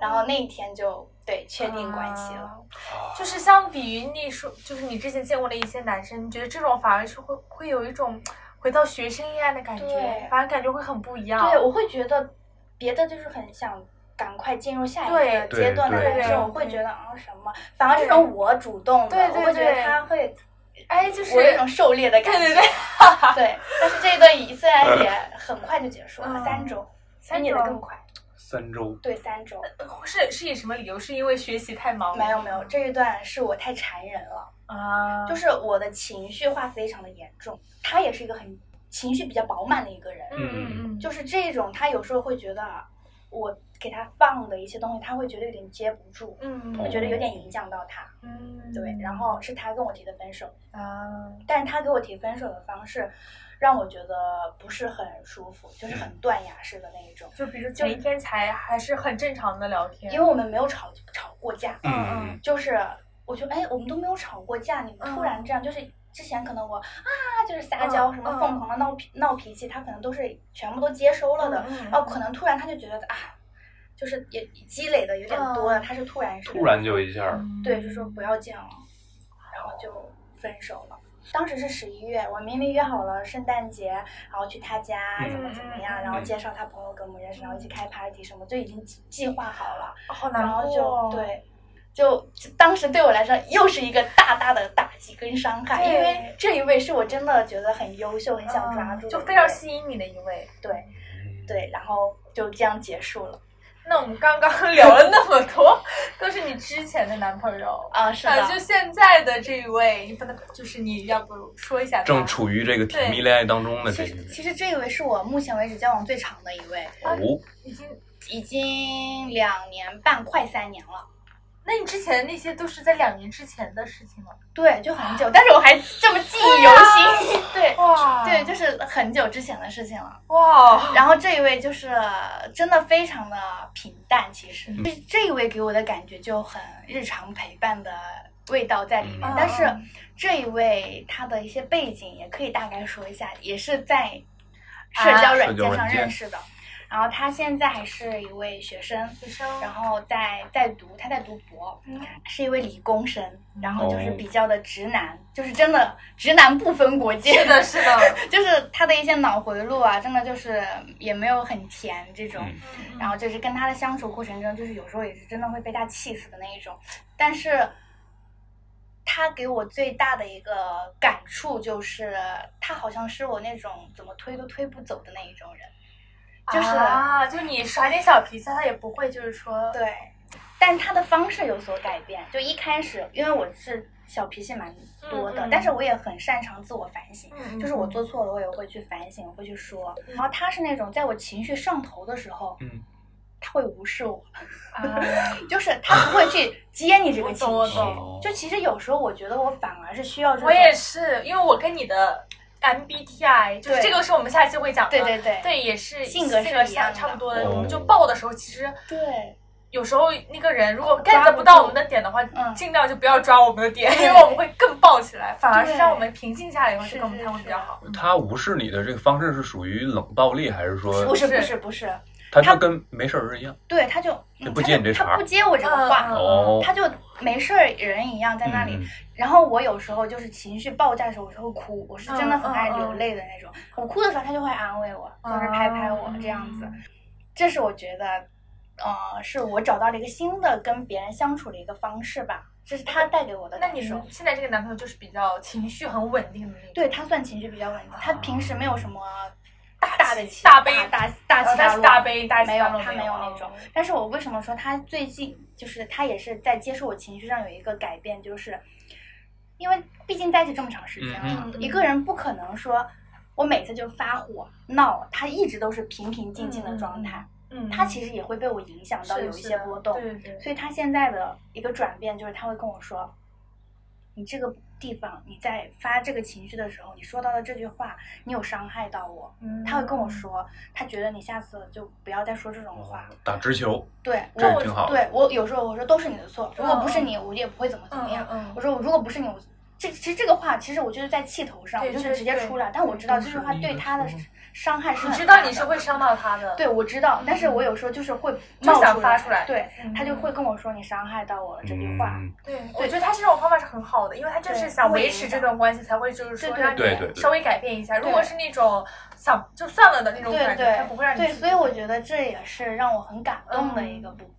[SPEAKER 1] 然后那一天就对确定关系了。
[SPEAKER 2] 啊。就是相比于你说，就是你之前见过的一些男生，你觉得这种反而是会会有一种回到学生恋爱的感觉
[SPEAKER 1] 对，
[SPEAKER 2] 反而感觉会很不一样。
[SPEAKER 1] 对，我会觉得别的就是很想赶快进入下一
[SPEAKER 2] 对
[SPEAKER 1] 个阶段的，
[SPEAKER 3] 对
[SPEAKER 1] 但是
[SPEAKER 2] 对
[SPEAKER 1] 我会觉得啊什么，反而这种我主动的，
[SPEAKER 2] 对对
[SPEAKER 1] 我会觉得
[SPEAKER 2] 对
[SPEAKER 1] 他会
[SPEAKER 2] 哎，就是
[SPEAKER 1] 我有一种狩猎的感觉。
[SPEAKER 2] 对对对，
[SPEAKER 1] 对但是这一段也虽然也很快就结束了，
[SPEAKER 2] 嗯
[SPEAKER 1] 三周，
[SPEAKER 2] 三周
[SPEAKER 1] 你的更快，
[SPEAKER 3] 三周，
[SPEAKER 1] 对，三周。
[SPEAKER 2] 是是以什么理由？是因为学习太忙？
[SPEAKER 1] 没有没有，这一段是我太缠人了，
[SPEAKER 2] 啊，
[SPEAKER 1] 就是我的情绪化非常的严重。他也是一个很情绪比较饱满的一个人，
[SPEAKER 2] 嗯嗯嗯，
[SPEAKER 1] 就是这种，他有时候会觉得啊我给他放的一些东西，他会觉得有点接不住，
[SPEAKER 2] 嗯
[SPEAKER 1] 会觉得有点影响到他。
[SPEAKER 2] 嗯
[SPEAKER 1] 对，然后是他跟我提的分手，
[SPEAKER 2] 啊
[SPEAKER 1] 但是他给我提分手的方式让我觉得不是很舒服，就是很断崖式的那一种。
[SPEAKER 2] 就比如前一天才还是很正常的聊天，
[SPEAKER 1] 因为我们没有吵吵过架，
[SPEAKER 3] 嗯嗯嗯，
[SPEAKER 1] 就是我觉得哎，我们都没有吵过架，你
[SPEAKER 2] 嗯
[SPEAKER 1] 突然这样，就是之前可能我啊就是撒娇
[SPEAKER 2] 嗯
[SPEAKER 1] 什么
[SPEAKER 2] 嗯
[SPEAKER 1] 疯狂的闹脾闹脾气，他可能都是全部都接收了的，
[SPEAKER 2] 嗯嗯
[SPEAKER 1] 哦，可能突然他就觉得啊，就是也积累的有点多了，
[SPEAKER 2] 嗯
[SPEAKER 1] 他是突然是
[SPEAKER 3] 突然就一下儿，
[SPEAKER 1] 对，就说不要见了，然后就分手了。当时是十一月，我明明约好了圣诞节，然后去他家
[SPEAKER 3] 嗯
[SPEAKER 1] 怎么怎么样，
[SPEAKER 2] 嗯
[SPEAKER 1] 然后
[SPEAKER 3] 嗯
[SPEAKER 1] 介绍他朋友跟我们认识，然后一起开 party 什么，就已经计计划好了。
[SPEAKER 2] 哦好难
[SPEAKER 1] 然
[SPEAKER 2] 过
[SPEAKER 1] 后
[SPEAKER 2] 哦，
[SPEAKER 1] 就对，就就当时对我来说又是一个大大的打击跟伤害，
[SPEAKER 2] 对
[SPEAKER 1] 因为这一位是我真的觉得很优秀、很
[SPEAKER 2] 嗯，
[SPEAKER 1] 想抓住的一位、
[SPEAKER 2] 就非常吸引你的一位。
[SPEAKER 1] 对对，然后就这样结束了
[SPEAKER 2] 那我们刚刚 聊了那么多，都是你之前的男朋友。
[SPEAKER 1] 啊，是
[SPEAKER 2] 啊
[SPEAKER 1] 的，
[SPEAKER 2] 就现在的这一位，你不能就是你要不说一下他
[SPEAKER 3] 嗯正处于这个甜蜜恋爱当中的这
[SPEAKER 1] 其
[SPEAKER 3] 一
[SPEAKER 1] 实啊
[SPEAKER 3] 位
[SPEAKER 1] 其实这一位是我目前为止交往最长的一位，
[SPEAKER 3] 哦，
[SPEAKER 2] 已经。
[SPEAKER 1] 已经两年半快三年了。
[SPEAKER 2] 那你之前那些都是在两年之前的事情了。
[SPEAKER 1] 对，就很久，但是我还这么记忆犹新。 对、
[SPEAKER 2] 哇
[SPEAKER 1] 对，就是很久之前的事情了。
[SPEAKER 2] 哇，
[SPEAKER 1] 然后这一位就是真的非常的平淡，其实
[SPEAKER 3] 嗯
[SPEAKER 1] 这这一位给我的感觉就很日常陪伴的味道在里面。
[SPEAKER 2] 嗯
[SPEAKER 1] 但是这一位他的一些背景也可以大概说一下，也是在社交软件上认识的。然后他现在还是一位学生，
[SPEAKER 2] 学生，
[SPEAKER 1] 然后在在读，他在读博，
[SPEAKER 2] 嗯
[SPEAKER 1] 是一位理工生，然后就是
[SPEAKER 3] 哦
[SPEAKER 1] 比较的直男，就是真的直男不分国界，
[SPEAKER 2] 是的，是的，
[SPEAKER 1] 就是他的一些脑回路啊，真的就是也没有很甜这种。
[SPEAKER 3] 嗯
[SPEAKER 1] 然后就是跟他的相处过程中，就是有时候也是真的会被他气死的那一种。但是，他给我最大的一个感触就是，他好像是我那种怎么推都推不走的那一种人，就是、
[SPEAKER 2] 啊，就你耍点小脾气，他也不会就是说，
[SPEAKER 1] 对，但他的方式有所改变。就一开始，因为我是小脾气蛮多的，
[SPEAKER 2] 嗯嗯
[SPEAKER 1] 但是我也很擅长自我反省。
[SPEAKER 2] 嗯
[SPEAKER 1] 就是我做错了，我也会去反省，我会去说。然后他是那种在我情绪上头的时候，
[SPEAKER 3] 嗯，
[SPEAKER 1] 他会无视我，
[SPEAKER 2] 啊，
[SPEAKER 1] 就是他不会去接你这个
[SPEAKER 2] 我
[SPEAKER 1] 情
[SPEAKER 2] 懂我
[SPEAKER 1] 绪。
[SPEAKER 3] 懂
[SPEAKER 1] 就其实有时候我觉得我反而是需要这种，
[SPEAKER 2] 我也是，因为我跟你的 MBTI，就
[SPEAKER 1] 对
[SPEAKER 2] 是这个是我们下期会讲的，
[SPEAKER 1] 对对对
[SPEAKER 2] 对，也是
[SPEAKER 1] 性格是一样的
[SPEAKER 2] 差不多的。
[SPEAKER 3] 哦
[SPEAKER 2] 我们就爆的时候，其实
[SPEAKER 1] 对
[SPEAKER 2] 有时候那个人如果
[SPEAKER 1] 抓
[SPEAKER 2] get
[SPEAKER 1] 不
[SPEAKER 2] 不到
[SPEAKER 1] 住
[SPEAKER 2] 我们的点的话，
[SPEAKER 1] 嗯
[SPEAKER 2] 尽量就不要抓我们的点，
[SPEAKER 1] 对
[SPEAKER 2] 因为我们会更爆起来，反而是
[SPEAKER 1] 对
[SPEAKER 2] 让我们平静下来以后，
[SPEAKER 1] 是嗯
[SPEAKER 2] 这个我们才会比较好。呃
[SPEAKER 3] 他无视你的这个方式是属于冷暴力，还是
[SPEAKER 1] 不
[SPEAKER 3] 说
[SPEAKER 1] 是不
[SPEAKER 2] 是
[SPEAKER 1] 是不是，
[SPEAKER 3] 他
[SPEAKER 1] 他
[SPEAKER 3] 就跟没事儿一样？
[SPEAKER 1] 对他就
[SPEAKER 3] 就
[SPEAKER 1] 嗯
[SPEAKER 3] 不
[SPEAKER 1] 他
[SPEAKER 3] 接
[SPEAKER 1] 就
[SPEAKER 3] 你这茬
[SPEAKER 1] 他
[SPEAKER 3] 儿
[SPEAKER 1] 不接我这个话，
[SPEAKER 2] 嗯
[SPEAKER 3] 哦，
[SPEAKER 1] 他就没事儿人一样在那里。
[SPEAKER 3] 嗯
[SPEAKER 1] 然后我有时候就是情绪爆炸的时候，我就会哭，我是真
[SPEAKER 2] 嗯
[SPEAKER 1] 的很爱流泪的那种。我哭的时候，他就会安慰我，就是拍拍我这样子。
[SPEAKER 2] 嗯
[SPEAKER 1] 这是我觉得，呃，是我找到了一个新的跟别人相处的一个方式吧。这是他带给我的
[SPEAKER 2] 那
[SPEAKER 1] 感
[SPEAKER 2] 你
[SPEAKER 1] 受。
[SPEAKER 2] 现在这个男朋友就是比较情绪很稳定的那种，
[SPEAKER 1] 对他算情绪比较稳定，他平时没有什么
[SPEAKER 2] 大
[SPEAKER 1] 大
[SPEAKER 2] 起
[SPEAKER 1] 的起
[SPEAKER 2] 大悲
[SPEAKER 1] 大大
[SPEAKER 2] 哦
[SPEAKER 1] 起
[SPEAKER 2] 但是
[SPEAKER 1] 落，
[SPEAKER 2] 大悲大起
[SPEAKER 1] 没有
[SPEAKER 2] 大落
[SPEAKER 1] 他
[SPEAKER 2] 没
[SPEAKER 1] 没
[SPEAKER 2] 有
[SPEAKER 1] 有
[SPEAKER 2] 哦
[SPEAKER 1] 那种。但是我为什么说他最近就是他也是在接受我情绪上有一个改变，就是因为毕竟在一起这么长时间了，
[SPEAKER 2] 嗯嗯
[SPEAKER 1] 一个人不可能说我每次就发火闹，他一直都是平平静静的状态，
[SPEAKER 2] 嗯，
[SPEAKER 1] 他其实也会被我影响到
[SPEAKER 2] 是
[SPEAKER 1] 有一
[SPEAKER 2] 是
[SPEAKER 1] 些
[SPEAKER 2] 的
[SPEAKER 1] 波动。
[SPEAKER 2] 对对，
[SPEAKER 1] 所以他现在的一个转变就是他会跟我说，你这个地方你在发这个情绪的时候，你说到的这句话，你有伤害到我。
[SPEAKER 2] 嗯
[SPEAKER 1] 他会跟我，说，他觉得你下次就不要再说这种
[SPEAKER 2] 哦
[SPEAKER 1] 话。
[SPEAKER 3] 打直球，
[SPEAKER 1] 对
[SPEAKER 3] 这
[SPEAKER 1] 我
[SPEAKER 3] 挺好
[SPEAKER 1] 对我有时候我说都是你的错，如果不是
[SPEAKER 2] 嗯嗯
[SPEAKER 1] 你，我也不会怎么怎么样。
[SPEAKER 2] 嗯嗯嗯
[SPEAKER 1] 我说我如果不是你，我这其实这个话其实我就是在气头上，
[SPEAKER 2] 对
[SPEAKER 1] 我就是
[SPEAKER 2] 对
[SPEAKER 1] 直接
[SPEAKER 2] 对
[SPEAKER 1] 出来，但我知道这句话
[SPEAKER 3] 你
[SPEAKER 1] 对
[SPEAKER 3] 的
[SPEAKER 1] 他的
[SPEAKER 3] 错
[SPEAKER 1] 伤害是
[SPEAKER 2] 你
[SPEAKER 1] 很
[SPEAKER 2] 知道
[SPEAKER 1] 大
[SPEAKER 2] 你是
[SPEAKER 1] 的
[SPEAKER 2] 会伤到他的，
[SPEAKER 1] 对，我知道，但是我有时候就是会
[SPEAKER 2] 就
[SPEAKER 1] 冒
[SPEAKER 2] 想发出来
[SPEAKER 1] 对
[SPEAKER 2] 嗯
[SPEAKER 1] 他就会跟我说你伤害到我了这句话，
[SPEAKER 3] 嗯
[SPEAKER 2] 对，我觉得他这种方法是很好的，因为他就是
[SPEAKER 1] 对
[SPEAKER 2] 想
[SPEAKER 1] 不
[SPEAKER 2] 维
[SPEAKER 1] 影
[SPEAKER 2] 持
[SPEAKER 1] 响
[SPEAKER 2] 这段关系，才会就是说
[SPEAKER 1] 对对
[SPEAKER 2] 让
[SPEAKER 3] 对对
[SPEAKER 2] 你
[SPEAKER 3] 对
[SPEAKER 2] 稍微改变一下。如
[SPEAKER 1] 对
[SPEAKER 2] 果是那种想就算了的那种
[SPEAKER 1] 对
[SPEAKER 2] 感觉，他不会让
[SPEAKER 1] 对
[SPEAKER 2] 你
[SPEAKER 1] 对，
[SPEAKER 2] 去
[SPEAKER 1] 所以我觉得这也是让我很感动的一个
[SPEAKER 2] 嗯
[SPEAKER 1] 部分。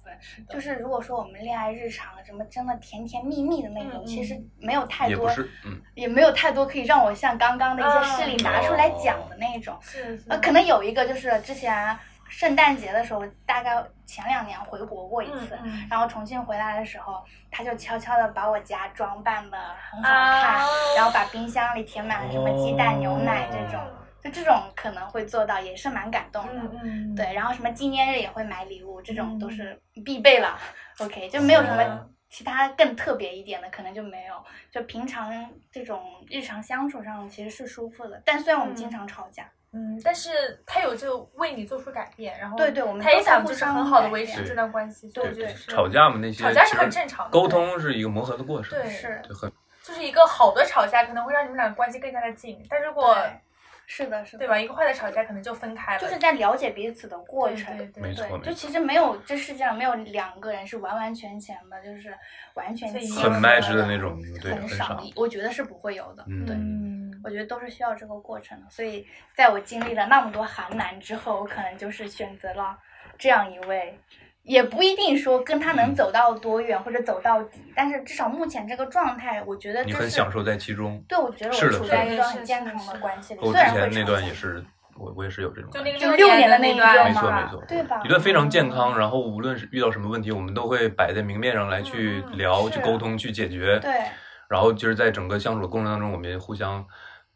[SPEAKER 1] 就是如果说我们恋爱日常什么真的甜甜蜜蜜的那种，
[SPEAKER 2] 嗯
[SPEAKER 1] 其实
[SPEAKER 2] 嗯
[SPEAKER 1] 没有太
[SPEAKER 3] 也
[SPEAKER 1] 多
[SPEAKER 3] 不，是，嗯，
[SPEAKER 1] 也没有太多可以让我像刚刚的一些事例
[SPEAKER 2] 嗯
[SPEAKER 1] 拿出来讲的那种。
[SPEAKER 2] 是是
[SPEAKER 1] 呃，可能有一个就是之前圣诞节的时候，大概前两年回国过一次。
[SPEAKER 2] 嗯
[SPEAKER 1] 然后重庆回来的时候，他就悄悄的把我家装扮的很好看，
[SPEAKER 2] 啊
[SPEAKER 1] 然后把冰箱里填满了什么鸡蛋、牛奶这种，
[SPEAKER 3] 哦
[SPEAKER 1] 就这种可能会做到，也是蛮感动的。
[SPEAKER 2] 嗯嗯，
[SPEAKER 1] 对，然后什么纪念日也会买礼物，这种都
[SPEAKER 2] 嗯
[SPEAKER 1] 是必备了。OK，就没有什么
[SPEAKER 3] 哦
[SPEAKER 1] 其他更特别一点的，可能就没有。就平常这种日常相处上其实是舒服的，但虽然我们经
[SPEAKER 2] 嗯
[SPEAKER 1] 常吵架，
[SPEAKER 2] 嗯，但是他有就为你做出改变，然后
[SPEAKER 1] 对对我们
[SPEAKER 2] 他
[SPEAKER 1] 都
[SPEAKER 2] 也
[SPEAKER 1] 在
[SPEAKER 2] 想
[SPEAKER 1] 互
[SPEAKER 2] 就是
[SPEAKER 1] 相
[SPEAKER 2] 很好的
[SPEAKER 1] 改
[SPEAKER 2] 维
[SPEAKER 1] 变
[SPEAKER 2] 持
[SPEAKER 3] 对
[SPEAKER 2] 这段关系，所以我觉得
[SPEAKER 1] 对
[SPEAKER 2] 是
[SPEAKER 3] 吵架嘛那些，
[SPEAKER 2] 吵架是
[SPEAKER 3] 其
[SPEAKER 2] 很
[SPEAKER 3] 实
[SPEAKER 2] 正常的，
[SPEAKER 3] 沟通是一个磨合的过程，
[SPEAKER 2] 对
[SPEAKER 1] 是
[SPEAKER 3] 就很
[SPEAKER 2] 就是一个好的吵架可能会让你们俩关系更加的近，但如果
[SPEAKER 1] 对是的，是的，
[SPEAKER 2] 对吧，一个坏的吵架可能就分开了，
[SPEAKER 1] 就是在了解彼此的过
[SPEAKER 2] 对
[SPEAKER 1] 程。
[SPEAKER 2] 对对
[SPEAKER 3] 没错
[SPEAKER 1] 对，就其实没有这世界上没有两个人是完完全全的，就是完全
[SPEAKER 2] 所以
[SPEAKER 1] 契
[SPEAKER 2] 很
[SPEAKER 1] 合
[SPEAKER 3] match
[SPEAKER 1] 的
[SPEAKER 3] 的那种对
[SPEAKER 1] 很
[SPEAKER 3] 很
[SPEAKER 1] 少
[SPEAKER 3] 少，
[SPEAKER 1] 我觉得是不会有的。
[SPEAKER 3] 嗯
[SPEAKER 1] 对，
[SPEAKER 2] 嗯
[SPEAKER 1] 我觉得都是需要这个过程的。所以，在我经历了那么多寒男之后，我可能就是选择了这样一位，也不一定说跟他能
[SPEAKER 3] 嗯
[SPEAKER 1] 走到多远或者走到底，但但是至少目前这个状态，我觉得
[SPEAKER 3] 你
[SPEAKER 1] 这
[SPEAKER 3] 很
[SPEAKER 1] 是
[SPEAKER 3] 享受在其中。
[SPEAKER 1] 对，我觉得
[SPEAKER 3] 是
[SPEAKER 1] 我
[SPEAKER 3] 的
[SPEAKER 1] 处
[SPEAKER 3] 是
[SPEAKER 1] 在
[SPEAKER 2] 的
[SPEAKER 1] 一段
[SPEAKER 2] 是
[SPEAKER 1] 很
[SPEAKER 2] 是
[SPEAKER 1] 健
[SPEAKER 2] 是
[SPEAKER 1] 康的
[SPEAKER 2] 是
[SPEAKER 1] 关系里，
[SPEAKER 3] 我
[SPEAKER 1] 虽
[SPEAKER 3] 之
[SPEAKER 1] 然会
[SPEAKER 3] 前那
[SPEAKER 1] 吵
[SPEAKER 3] 段
[SPEAKER 1] 架
[SPEAKER 3] 也是，我我也是有这种
[SPEAKER 2] 就
[SPEAKER 3] 感觉，
[SPEAKER 2] 那
[SPEAKER 1] 就
[SPEAKER 2] 六
[SPEAKER 1] 六
[SPEAKER 2] 年
[SPEAKER 1] 年
[SPEAKER 2] 的
[SPEAKER 1] 的
[SPEAKER 2] 那
[SPEAKER 1] 那
[SPEAKER 2] 一
[SPEAKER 1] 一
[SPEAKER 2] 段
[SPEAKER 1] 段
[SPEAKER 3] 没错
[SPEAKER 1] 嘛
[SPEAKER 3] 没错，
[SPEAKER 1] 对吧嗯
[SPEAKER 3] 一段非常健康，然后无论是遇到什么问题，我们都会摆在明面上来去
[SPEAKER 2] 嗯嗯
[SPEAKER 3] 聊、
[SPEAKER 1] 是
[SPEAKER 3] 去沟通、去解决。
[SPEAKER 1] 对
[SPEAKER 3] 然后就是在整个相处的过程当中，我们也互相，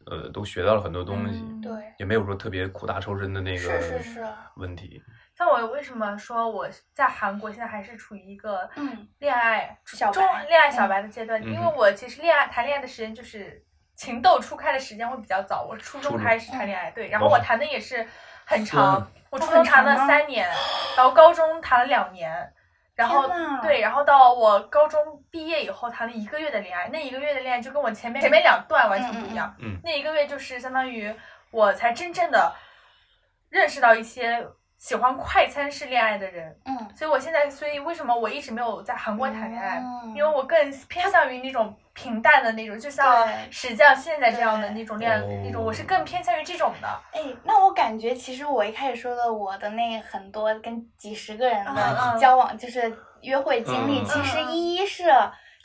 [SPEAKER 3] 呃，都学到了很多东西，
[SPEAKER 2] 嗯
[SPEAKER 1] 对，
[SPEAKER 3] 也没有说特别苦大仇深的那
[SPEAKER 1] 是
[SPEAKER 3] 个
[SPEAKER 1] 是是，
[SPEAKER 3] 问题。
[SPEAKER 2] 像我为什么说我在韩国现在还是处于一个
[SPEAKER 1] 嗯
[SPEAKER 2] 恋爱
[SPEAKER 1] 小白
[SPEAKER 2] 中恋爱小白的阶段？
[SPEAKER 3] 嗯
[SPEAKER 2] 因为我其实恋爱谈恋爱的时间就是情窦初开的时间会比较早，我初
[SPEAKER 3] 初
[SPEAKER 2] 中
[SPEAKER 3] 中
[SPEAKER 2] 开始谈恋爱，
[SPEAKER 1] 嗯
[SPEAKER 2] 对，然后我谈的也是很
[SPEAKER 3] 哇
[SPEAKER 2] 长，
[SPEAKER 1] 哦
[SPEAKER 2] 我初中谈了三年，然后高中谈了两年。然后
[SPEAKER 1] 天呐
[SPEAKER 2] 对，然后到我高中毕业以后谈了一个月的恋爱，那一个月的恋爱就跟我前面前面两段完全不一样。
[SPEAKER 3] 嗯，
[SPEAKER 2] 那一个月就是相当于我才真正的认识到一些喜欢快餐式恋爱的人，
[SPEAKER 1] 嗯，
[SPEAKER 2] 所以我现在，所以为什么我一直没有在韩国谈恋爱？
[SPEAKER 1] 嗯
[SPEAKER 2] 因为我更偏向于那种平淡的那种，就像
[SPEAKER 1] 对
[SPEAKER 2] 史酱现在这样的
[SPEAKER 1] 对
[SPEAKER 2] 那种恋爱
[SPEAKER 3] 哦
[SPEAKER 2] 那种，我是更偏向于这种的。
[SPEAKER 1] 哎，那我感觉其实我一开始说的我的那很多跟几十个人
[SPEAKER 2] 嗯
[SPEAKER 1] 的
[SPEAKER 2] 嗯
[SPEAKER 1] 交往，就是约会经历，
[SPEAKER 3] 嗯嗯
[SPEAKER 1] 其实
[SPEAKER 2] 嗯嗯
[SPEAKER 1] 依依是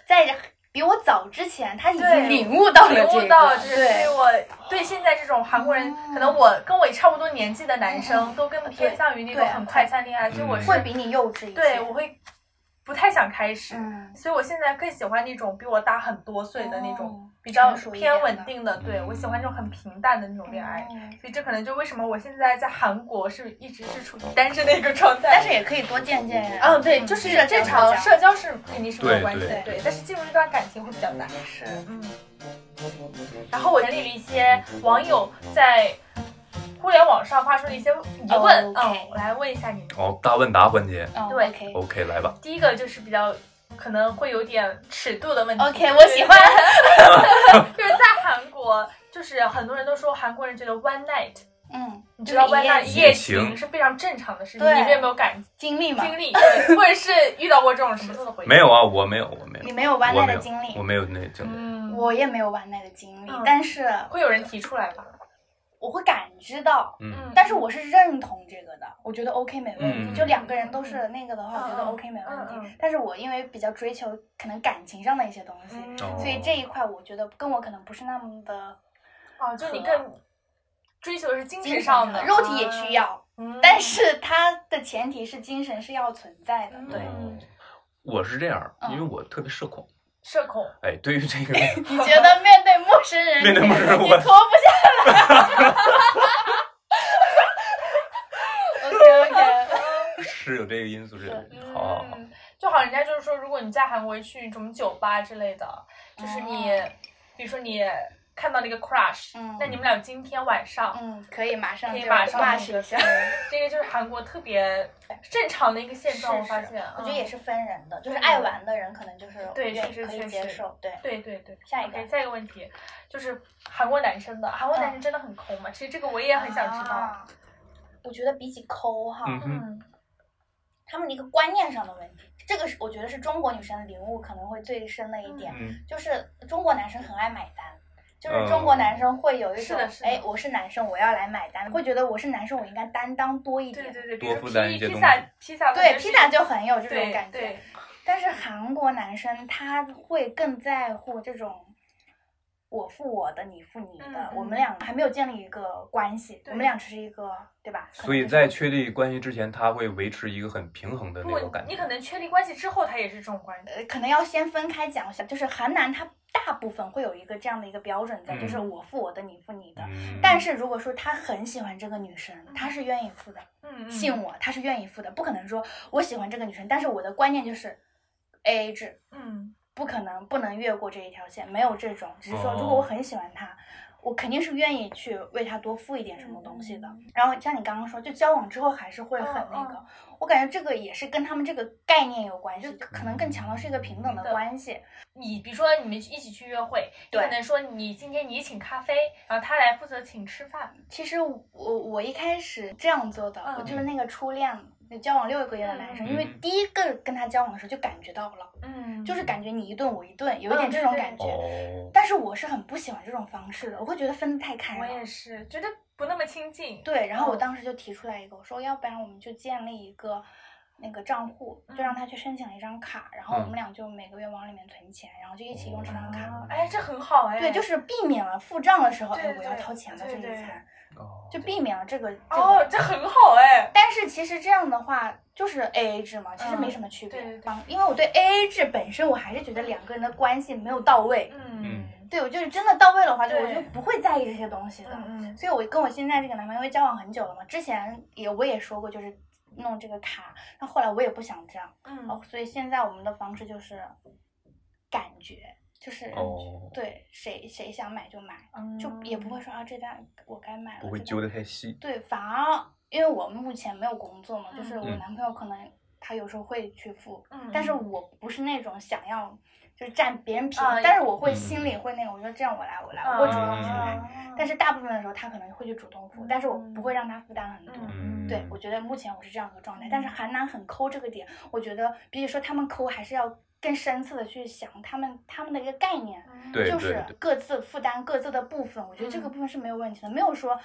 [SPEAKER 1] 在比我早之前，他已
[SPEAKER 2] 对
[SPEAKER 1] 经 领悟到了
[SPEAKER 2] 领
[SPEAKER 1] 这
[SPEAKER 2] 悟
[SPEAKER 1] 个，
[SPEAKER 2] 到就是，所
[SPEAKER 1] 对
[SPEAKER 2] 以我对现在这种韩国人，
[SPEAKER 1] 嗯
[SPEAKER 2] 可能我跟我差不多年纪的男
[SPEAKER 1] 嗯
[SPEAKER 2] 生，都更偏向于那种
[SPEAKER 1] 对
[SPEAKER 2] 很快餐恋爱，所以我
[SPEAKER 3] 嗯
[SPEAKER 2] 是
[SPEAKER 1] 会比你幼稚一些。
[SPEAKER 2] 对我会不太想开始。
[SPEAKER 1] 嗯，
[SPEAKER 2] 所以我现在更喜欢那种比我大很多岁的那种
[SPEAKER 1] 哦，
[SPEAKER 2] 比较
[SPEAKER 1] 成熟一点的
[SPEAKER 2] 偏稳定的，对
[SPEAKER 3] 嗯
[SPEAKER 2] 我喜欢这种很平淡的那种恋爱。
[SPEAKER 1] 嗯
[SPEAKER 2] 所以这可能就为什么我现在在韩国是一直是处于单身的一个状态。
[SPEAKER 1] 但是也可以多见见人。
[SPEAKER 2] 嗯，对，就是
[SPEAKER 1] 社交
[SPEAKER 2] 正常
[SPEAKER 1] 社交
[SPEAKER 2] 社交是肯定是没有
[SPEAKER 3] 对
[SPEAKER 2] 关系的，
[SPEAKER 1] 对
[SPEAKER 2] 对，但是进入一段感情会比较难。
[SPEAKER 1] 是
[SPEAKER 2] 嗯。然后我整理了一些网友在互联网上发出的一些疑问，
[SPEAKER 1] 哦 OK
[SPEAKER 2] 嗯，我来问一下你们。
[SPEAKER 3] 哦，大问答环节
[SPEAKER 1] 嗯
[SPEAKER 2] 对
[SPEAKER 1] ，OK
[SPEAKER 3] ，OK，来吧。
[SPEAKER 2] 第一个就是比较可能会有点尺度的问题。
[SPEAKER 1] OK，我喜欢。
[SPEAKER 2] 就是在韩国，就是很多人都说韩国人觉得 one night，
[SPEAKER 1] 嗯，
[SPEAKER 2] 你知道
[SPEAKER 1] 就是
[SPEAKER 2] one
[SPEAKER 1] 一
[SPEAKER 2] night
[SPEAKER 1] 夜
[SPEAKER 2] 一
[SPEAKER 1] 情
[SPEAKER 2] 夜情是非常正常的事情，
[SPEAKER 1] 对
[SPEAKER 2] 你们有没有感
[SPEAKER 1] 经历嘛？
[SPEAKER 2] 经历，对或者是遇到过这种事情的回忆？
[SPEAKER 3] 没有啊，我没有，我没有
[SPEAKER 1] 你，没有 one night
[SPEAKER 3] 我没
[SPEAKER 1] 的
[SPEAKER 3] 有
[SPEAKER 1] 经历
[SPEAKER 3] 我，没有那经历。
[SPEAKER 2] 嗯，
[SPEAKER 1] 我也没有 one night 的经历
[SPEAKER 2] 嗯，
[SPEAKER 1] 但是
[SPEAKER 2] 会有人提出来吧？
[SPEAKER 1] 我会感知到，
[SPEAKER 3] 嗯，
[SPEAKER 1] 但是我是认同这个的，我觉得 OK 没问题。
[SPEAKER 3] 嗯
[SPEAKER 1] 就两个人都是那个的话，我觉得
[SPEAKER 2] 嗯嗯
[SPEAKER 1] OK 没问题。
[SPEAKER 2] 嗯嗯
[SPEAKER 1] 但是我因为比较追求可能感情上的一些东西，
[SPEAKER 2] 嗯
[SPEAKER 3] 哦
[SPEAKER 1] 所以这一块我觉得跟我可能不是那么的
[SPEAKER 2] 哦，就你
[SPEAKER 1] 和
[SPEAKER 2] 更追求的是精
[SPEAKER 1] 啊精神
[SPEAKER 2] 神
[SPEAKER 1] 上
[SPEAKER 2] 上
[SPEAKER 1] 的，
[SPEAKER 2] 的，
[SPEAKER 1] 肉体也需要，
[SPEAKER 2] 嗯，
[SPEAKER 1] 但是它的前提是精神是要存在
[SPEAKER 2] 嗯
[SPEAKER 1] 的。对，
[SPEAKER 3] 哦我是这样，
[SPEAKER 1] 嗯
[SPEAKER 3] 因为我特别社恐，
[SPEAKER 2] 社恐，
[SPEAKER 3] 哎，对于 这个
[SPEAKER 1] 你觉得面对陌生人，
[SPEAKER 3] 面对陌生人
[SPEAKER 1] 你
[SPEAKER 3] 我
[SPEAKER 1] 脱不下 OK OK，
[SPEAKER 3] 是有这个因素，是有
[SPEAKER 1] 是
[SPEAKER 3] 好好好，
[SPEAKER 2] 嗯，就好，人家就是说，如果你在韩国去什么酒吧之类的，就是你，比如说你看到了一个 crush，
[SPEAKER 1] 哦嗯
[SPEAKER 2] 那你们俩今天晚上
[SPEAKER 1] 嗯，可以马上
[SPEAKER 2] 可以
[SPEAKER 1] 就
[SPEAKER 2] 马上
[SPEAKER 1] match 一下。
[SPEAKER 2] 这个就是韩国特别正常的一个现状，我发
[SPEAKER 1] 是
[SPEAKER 2] 现，
[SPEAKER 1] 我觉得也是分人的，就是
[SPEAKER 2] 嗯
[SPEAKER 1] 爱玩的人可能就是
[SPEAKER 2] 对
[SPEAKER 1] 愿
[SPEAKER 2] 确实
[SPEAKER 1] 可以
[SPEAKER 2] 确
[SPEAKER 1] 接
[SPEAKER 2] 实
[SPEAKER 1] 受，对，
[SPEAKER 2] 对对对，
[SPEAKER 1] 下一个嗯
[SPEAKER 2] OK，下一个问题就是韩国男生的，韩国男生真的很抠吗？其实这个我也很想知道。
[SPEAKER 1] 啊。我觉得比起抠哈，
[SPEAKER 3] 嗯哼，
[SPEAKER 2] 嗯
[SPEAKER 1] 他们的一个观念上的问题，这个是我觉得是中国女生领悟可能会最深的一点，
[SPEAKER 3] 嗯，
[SPEAKER 1] 就是中国男生很爱买单，就是
[SPEAKER 3] 嗯
[SPEAKER 1] 中国男生会有一
[SPEAKER 2] 是
[SPEAKER 1] 种
[SPEAKER 2] 的，是的
[SPEAKER 1] 哎、我是男生，我要来买单，会觉得我是男生，我应该担当多一点。
[SPEAKER 2] 对对对，比
[SPEAKER 3] 多
[SPEAKER 2] 如
[SPEAKER 3] 负
[SPEAKER 2] 说
[SPEAKER 3] 担一
[SPEAKER 2] 披
[SPEAKER 3] 些
[SPEAKER 2] 披
[SPEAKER 3] 东
[SPEAKER 2] 萨
[SPEAKER 3] 西，
[SPEAKER 2] 披萨，
[SPEAKER 1] 对披萨就很有这种
[SPEAKER 2] 对
[SPEAKER 1] 感觉
[SPEAKER 2] 对，，
[SPEAKER 1] 但是韩国男生他会更在乎这种。我付我的，你付你的，
[SPEAKER 2] 嗯嗯
[SPEAKER 1] 我们俩还没有建立一个关系，我
[SPEAKER 2] 对
[SPEAKER 1] 们俩只是一个，对吧？
[SPEAKER 3] 所以在确立关系之前，他会维持一个很平衡的那种
[SPEAKER 2] 不，
[SPEAKER 3] 感
[SPEAKER 2] 你
[SPEAKER 3] 觉
[SPEAKER 2] 可。能确立关系之后，他也是这种关系。
[SPEAKER 1] 呃，可能要先分开讲一下，就是韩男他大部分会有一个这样的一个标准在，
[SPEAKER 3] 嗯
[SPEAKER 1] 就是我付我的，你付你的。
[SPEAKER 3] 嗯
[SPEAKER 1] 但是如果说他很喜欢这个女生，他是愿意付的，
[SPEAKER 2] 嗯，
[SPEAKER 1] 信我，他是愿意付的，不可能说我喜欢这个女生，但是我的观念就是 A A 制，
[SPEAKER 2] 嗯，
[SPEAKER 1] 不可能不能越过这一条线，没有这种，只是说如果我
[SPEAKER 3] 哦
[SPEAKER 1] 很喜欢他。我肯定是愿意去为他多付一点什么东西的，
[SPEAKER 2] 嗯
[SPEAKER 1] 然后像你刚刚说，就交往之后还是会很那个，
[SPEAKER 2] 嗯
[SPEAKER 1] 我感觉这个也是跟他们这个概念有关系，
[SPEAKER 2] 就嗯
[SPEAKER 1] 可能更强的是一个平等的
[SPEAKER 2] 对
[SPEAKER 1] 关系。
[SPEAKER 2] 你比如说你们一起去约会，你
[SPEAKER 1] 对
[SPEAKER 2] 可能说你今天你请咖啡，然后他来负责请吃饭。
[SPEAKER 1] 其实我我一开始这样做的，我
[SPEAKER 2] 嗯
[SPEAKER 1] 就是那个初恋，交往六个月的男生，
[SPEAKER 3] 嗯
[SPEAKER 1] 因为第一个跟他交往的时候就感觉到了，
[SPEAKER 2] 嗯
[SPEAKER 1] 就是感觉你一顿我一顿，有一
[SPEAKER 2] 嗯
[SPEAKER 1] 点这种
[SPEAKER 2] 对对
[SPEAKER 1] 感觉。
[SPEAKER 3] 哦，
[SPEAKER 1] 但是我是很不喜欢这种方式的，我会觉得分得太开
[SPEAKER 2] 我
[SPEAKER 1] 了。
[SPEAKER 2] 也是觉得不那么亲近。
[SPEAKER 1] 对，然后我
[SPEAKER 2] 嗯
[SPEAKER 1] 当时就提出来一个，我说要不然我们就建立一个那个账户，就
[SPEAKER 2] 嗯
[SPEAKER 1] 让他去申请一张卡，然后我们
[SPEAKER 3] 嗯
[SPEAKER 1] 俩就每个月往里面存钱，然后就一起用这张卡。
[SPEAKER 2] 啊，哎，这很好哎。
[SPEAKER 1] 对，就是避免了付账的时候，
[SPEAKER 2] 对
[SPEAKER 1] 哎，
[SPEAKER 2] 对
[SPEAKER 1] 我要
[SPEAKER 2] 对
[SPEAKER 1] 掏钱的这
[SPEAKER 2] 对
[SPEAKER 1] 一
[SPEAKER 2] 对
[SPEAKER 1] 餐，
[SPEAKER 3] 哦
[SPEAKER 1] 就避免了这个这个
[SPEAKER 2] 哦，这很好哎。
[SPEAKER 1] 但是其实这样的话就是 A A 制嘛，其实没什么区别。
[SPEAKER 2] 嗯对对对
[SPEAKER 1] 啊因为我对 A A 制本身，我还是觉得两个人的关系没有到位。
[SPEAKER 2] 嗯
[SPEAKER 1] 对，我就是真的到位的话，就
[SPEAKER 2] 对
[SPEAKER 1] 我就不会在意这些东西的。
[SPEAKER 2] 嗯
[SPEAKER 1] 所以，我跟我现在这个男朋友因为交往很久了嘛，之前也我也说过，就是弄这个卡。那后来我也不想这样，
[SPEAKER 2] 嗯
[SPEAKER 1] 哦，所以现在我们的方式就是感觉，就是、
[SPEAKER 3] 哦
[SPEAKER 1] 对谁谁想买就买，
[SPEAKER 2] 嗯，
[SPEAKER 1] 就也不会说啊这单我该买了，
[SPEAKER 3] 不会
[SPEAKER 1] 这单
[SPEAKER 3] 揪得太细。
[SPEAKER 1] 对，反而因为我目前没有工作嘛，就是我
[SPEAKER 3] 嗯
[SPEAKER 1] 男朋友可能他有时候会去付，
[SPEAKER 2] 嗯。
[SPEAKER 1] 但是我不是那种想要就是占别人便宜，
[SPEAKER 2] 啊
[SPEAKER 1] 但是我会
[SPEAKER 3] 嗯
[SPEAKER 1] 心里会那种，我说这样我来我来，
[SPEAKER 2] 嗯
[SPEAKER 1] 我会主动去
[SPEAKER 3] 嗯
[SPEAKER 1] 买。
[SPEAKER 2] 嗯
[SPEAKER 1] 但是大部分的时候他可能会去主动付，但是我不会让他负担很多。
[SPEAKER 2] 嗯
[SPEAKER 1] 对，我觉得目前我是这样一个状态，但是韩男很抠这个点，我觉得比起说他们抠，还是要更深次的去想他们他们的一个概念。
[SPEAKER 2] 嗯
[SPEAKER 3] 对
[SPEAKER 1] 就是各自负担各自的部分，我觉得这个部分是没有问题的，没有说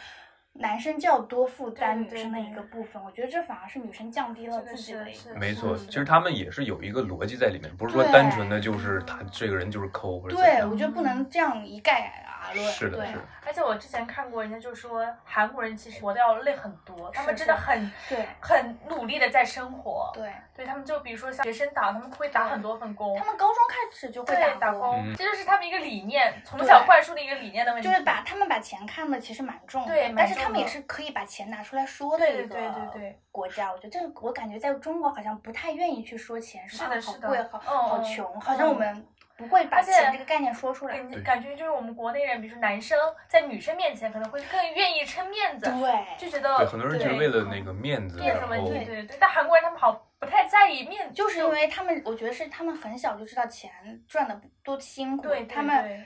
[SPEAKER 1] 男生就要多负担
[SPEAKER 2] 对
[SPEAKER 1] 女
[SPEAKER 2] 对
[SPEAKER 1] 生的一
[SPEAKER 2] 对
[SPEAKER 1] 个部分，我觉得这反而是女生降低了
[SPEAKER 2] 是的
[SPEAKER 1] 自己
[SPEAKER 2] 是的
[SPEAKER 1] 的一
[SPEAKER 2] 是
[SPEAKER 1] 个
[SPEAKER 2] 的
[SPEAKER 3] 没错，
[SPEAKER 2] 是
[SPEAKER 3] 其实他们也是有一个逻辑在里面，不是说
[SPEAKER 1] 对
[SPEAKER 3] 单纯的就是他这个人就是抠或者怎
[SPEAKER 1] 对，
[SPEAKER 3] 样。
[SPEAKER 1] 我觉得不
[SPEAKER 2] 嗯
[SPEAKER 1] 能这样一概而论。
[SPEAKER 3] 是的，
[SPEAKER 1] 对
[SPEAKER 3] 是的。
[SPEAKER 2] 而且我之前看过人家就说韩国人其实活得要累很多，他们
[SPEAKER 1] 是
[SPEAKER 2] 真的
[SPEAKER 1] 是
[SPEAKER 2] 很
[SPEAKER 1] 对
[SPEAKER 2] 很努力的在生活。
[SPEAKER 1] 对，
[SPEAKER 2] 对他们就比如说像学生党，他们会打很多份工
[SPEAKER 1] 他，们高中开始就会
[SPEAKER 2] 对打
[SPEAKER 1] 工，
[SPEAKER 2] 工，
[SPEAKER 3] 嗯
[SPEAKER 2] 这就是他们一个理念，从
[SPEAKER 1] 对
[SPEAKER 2] 小灌输的一个理念的问题。
[SPEAKER 1] 就是把他们把钱看的其实蛮重的，
[SPEAKER 2] 对蛮
[SPEAKER 1] 但是他
[SPEAKER 2] 重
[SPEAKER 1] 们也
[SPEAKER 2] 的
[SPEAKER 1] 是可以把钱拿出来说的
[SPEAKER 2] 对对
[SPEAKER 1] 一个
[SPEAKER 2] 对对对
[SPEAKER 1] 国家。我觉得这个我感觉在中国好像不太愿意去说钱，
[SPEAKER 2] 是
[SPEAKER 1] 说
[SPEAKER 2] 的
[SPEAKER 1] 啊好
[SPEAKER 2] 是的
[SPEAKER 1] 贵好
[SPEAKER 2] 嗯
[SPEAKER 1] 好
[SPEAKER 2] 嗯
[SPEAKER 1] 穷，好像我
[SPEAKER 2] 嗯
[SPEAKER 1] 们不会把
[SPEAKER 2] 而且嗯
[SPEAKER 1] 钱这个概念说出来。
[SPEAKER 2] 感感觉就是我们国内人，比如说男生在女生面前可能会更愿意撑面子，
[SPEAKER 1] 对，
[SPEAKER 2] 就觉得
[SPEAKER 3] 对，很多人就是
[SPEAKER 2] 对
[SPEAKER 3] 为了那个面子，
[SPEAKER 2] 面子
[SPEAKER 3] 然
[SPEAKER 2] 问
[SPEAKER 3] 后
[SPEAKER 2] 题，对对对。但韩国人他们好像不太在意面子，
[SPEAKER 1] 就是因为他们，我觉得是他们很小就知道钱赚的多辛苦。
[SPEAKER 2] 对对
[SPEAKER 1] 他们
[SPEAKER 2] 对，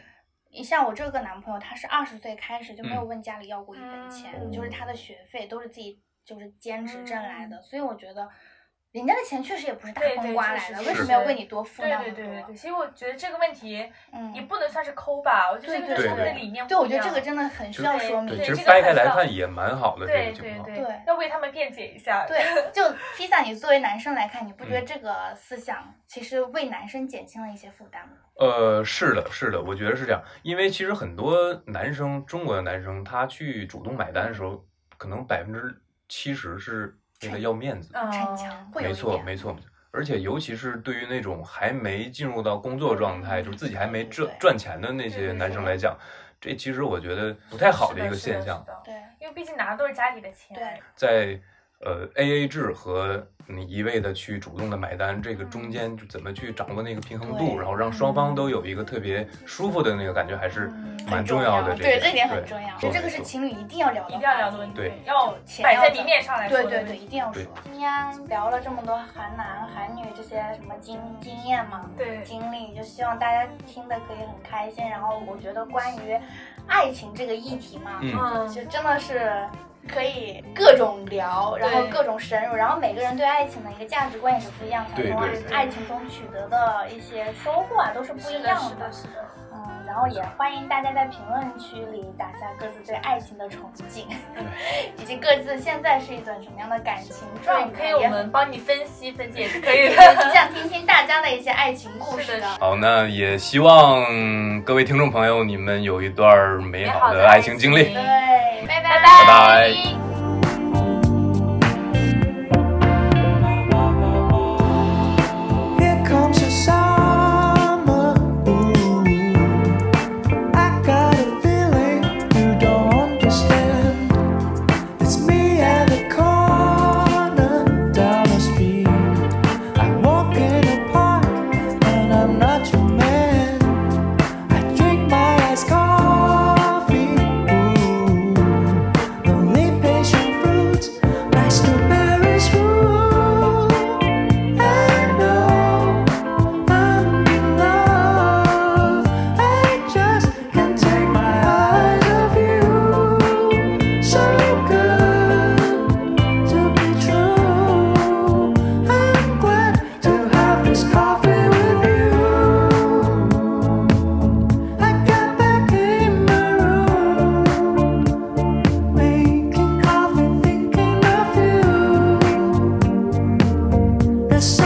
[SPEAKER 1] 你像我这个男朋友，他是二十岁开始就没有
[SPEAKER 3] 嗯
[SPEAKER 1] 问家里要过一分钱，
[SPEAKER 3] 嗯
[SPEAKER 1] 就是他的学费都是自己就是兼职挣来的，所以我觉得人家的钱确实也不是打
[SPEAKER 2] 嗯对
[SPEAKER 1] 风
[SPEAKER 2] 对
[SPEAKER 1] 刮
[SPEAKER 2] 确
[SPEAKER 1] 来
[SPEAKER 2] 实
[SPEAKER 1] 的，
[SPEAKER 2] 是
[SPEAKER 1] 为什
[SPEAKER 2] 是
[SPEAKER 1] 么要为你多付
[SPEAKER 2] 对
[SPEAKER 1] 那么
[SPEAKER 2] 对
[SPEAKER 1] 多？
[SPEAKER 2] 对对对，其实我觉得这个问题也
[SPEAKER 1] 嗯，
[SPEAKER 2] 不能算是抠吧，我觉得这
[SPEAKER 1] 对
[SPEAKER 2] 个跟他们
[SPEAKER 3] 对
[SPEAKER 2] 的
[SPEAKER 3] 对
[SPEAKER 2] 理念
[SPEAKER 1] 对，
[SPEAKER 2] 不
[SPEAKER 1] 我
[SPEAKER 2] 一
[SPEAKER 1] 觉得
[SPEAKER 2] 样。
[SPEAKER 1] 这个真的很需
[SPEAKER 3] 就
[SPEAKER 1] 要
[SPEAKER 2] 对
[SPEAKER 1] 说明
[SPEAKER 3] 对，。
[SPEAKER 2] 对
[SPEAKER 3] 其
[SPEAKER 2] 这
[SPEAKER 3] 实
[SPEAKER 2] 个
[SPEAKER 3] 掰
[SPEAKER 2] 很
[SPEAKER 3] 开来
[SPEAKER 2] 少
[SPEAKER 3] 看也蛮好的这
[SPEAKER 2] 对
[SPEAKER 3] 个情
[SPEAKER 2] 对
[SPEAKER 3] 况。
[SPEAKER 1] 对
[SPEAKER 2] 要为他们辩解一下。
[SPEAKER 1] 对，就披萨，你作为男生来看，你不觉
[SPEAKER 3] 嗯
[SPEAKER 1] 得这个思想其实为男生减轻了一些负担
[SPEAKER 2] 哦
[SPEAKER 1] 吗？
[SPEAKER 3] 呃，是的，是的，我觉得是这样，因为其实很多男生，中国的男生，他去主动买单的时候，可能百分之七十是为了要面子，
[SPEAKER 2] 嗯，
[SPEAKER 1] 逞强会有
[SPEAKER 3] 没
[SPEAKER 1] 一
[SPEAKER 3] 错，
[SPEAKER 1] 点，
[SPEAKER 3] 没错，没错。而且尤其是对于那种还没进入到工作状态，就是自己还没赚
[SPEAKER 1] 对
[SPEAKER 3] 赚钱的那
[SPEAKER 2] 嗯对
[SPEAKER 3] 些
[SPEAKER 2] 对嗯
[SPEAKER 3] 男生
[SPEAKER 1] 对
[SPEAKER 3] 来讲，这其实我觉得不太好
[SPEAKER 2] 是
[SPEAKER 3] 的一个
[SPEAKER 2] 是的
[SPEAKER 3] 现
[SPEAKER 2] 是
[SPEAKER 3] 象。
[SPEAKER 2] 的
[SPEAKER 1] 对，
[SPEAKER 2] 因为毕竟拿的都是家里的钱。
[SPEAKER 1] 对
[SPEAKER 3] 在呃 A A 制和你一味的去主动的买单这个中间，就怎么去掌握那个平衡度，
[SPEAKER 1] 嗯对
[SPEAKER 3] 然后让双方都有一个特别舒服的那个感觉，还是
[SPEAKER 2] 嗯
[SPEAKER 3] 蛮
[SPEAKER 1] 很重
[SPEAKER 3] 要
[SPEAKER 1] 要
[SPEAKER 3] 的。
[SPEAKER 1] 对，
[SPEAKER 3] 这
[SPEAKER 1] 这点很重要，
[SPEAKER 3] 对
[SPEAKER 1] 这个
[SPEAKER 3] 没
[SPEAKER 1] 是
[SPEAKER 3] 错
[SPEAKER 1] 情侣一定要聊
[SPEAKER 2] 一
[SPEAKER 1] 的，
[SPEAKER 2] 定要聊的问题，
[SPEAKER 3] 对
[SPEAKER 2] 要
[SPEAKER 1] 钱
[SPEAKER 2] 摆
[SPEAKER 1] 要
[SPEAKER 2] 在
[SPEAKER 1] 怎
[SPEAKER 2] 明
[SPEAKER 1] 么
[SPEAKER 2] 面上来说
[SPEAKER 1] 对
[SPEAKER 2] 的
[SPEAKER 1] 对
[SPEAKER 2] 问
[SPEAKER 1] 对，
[SPEAKER 2] 题
[SPEAKER 1] 一定要
[SPEAKER 3] 对
[SPEAKER 1] 说。今天聊了这么多韩男、韩女这些什么经经验嘛，
[SPEAKER 2] 对
[SPEAKER 1] 经历，就希望大家听的可以很开心。然后我觉得关于爱情这个议题嘛，
[SPEAKER 3] 嗯
[SPEAKER 1] 就真的是可以各种聊，然后
[SPEAKER 2] 对
[SPEAKER 1] 各种深入，然后每个人对爱情的一个价值观也是不一样的，
[SPEAKER 3] 对
[SPEAKER 1] 从
[SPEAKER 3] 对
[SPEAKER 2] 对
[SPEAKER 1] 爱情中取得的一些收获啊都是不一
[SPEAKER 2] 是
[SPEAKER 1] 样
[SPEAKER 2] 的，是的，是的。
[SPEAKER 1] 嗯，然后也欢迎大家在评论区里打下各自对爱情的憧憬， 以及各自现在是一段什么样的感情状
[SPEAKER 2] 对，
[SPEAKER 1] 态，
[SPEAKER 2] 可以我们帮你分析 分析也是可以
[SPEAKER 1] 也
[SPEAKER 2] 的。
[SPEAKER 1] 很想听听大家的一些爱情故事
[SPEAKER 2] 是的
[SPEAKER 3] 好，那也希望各位听众朋友，你们有一段儿美
[SPEAKER 1] 哎
[SPEAKER 3] 好的爱情经历。
[SPEAKER 1] 对，拜拜
[SPEAKER 2] 拜
[SPEAKER 3] 拜
[SPEAKER 5] Here comes the summer. Ooh. I got a feeling you don't understand. It's me at the corner down the street. I walk in the park and I'm not your man. I drink my iced coffee. Ooh. Only patient fruits, my strawberries root. I know I'm in love. I just can't take my eyes off you. So good to be true. I'm glad to have this coffee with you. I got back in my room, making coffee, thinking of you. There's so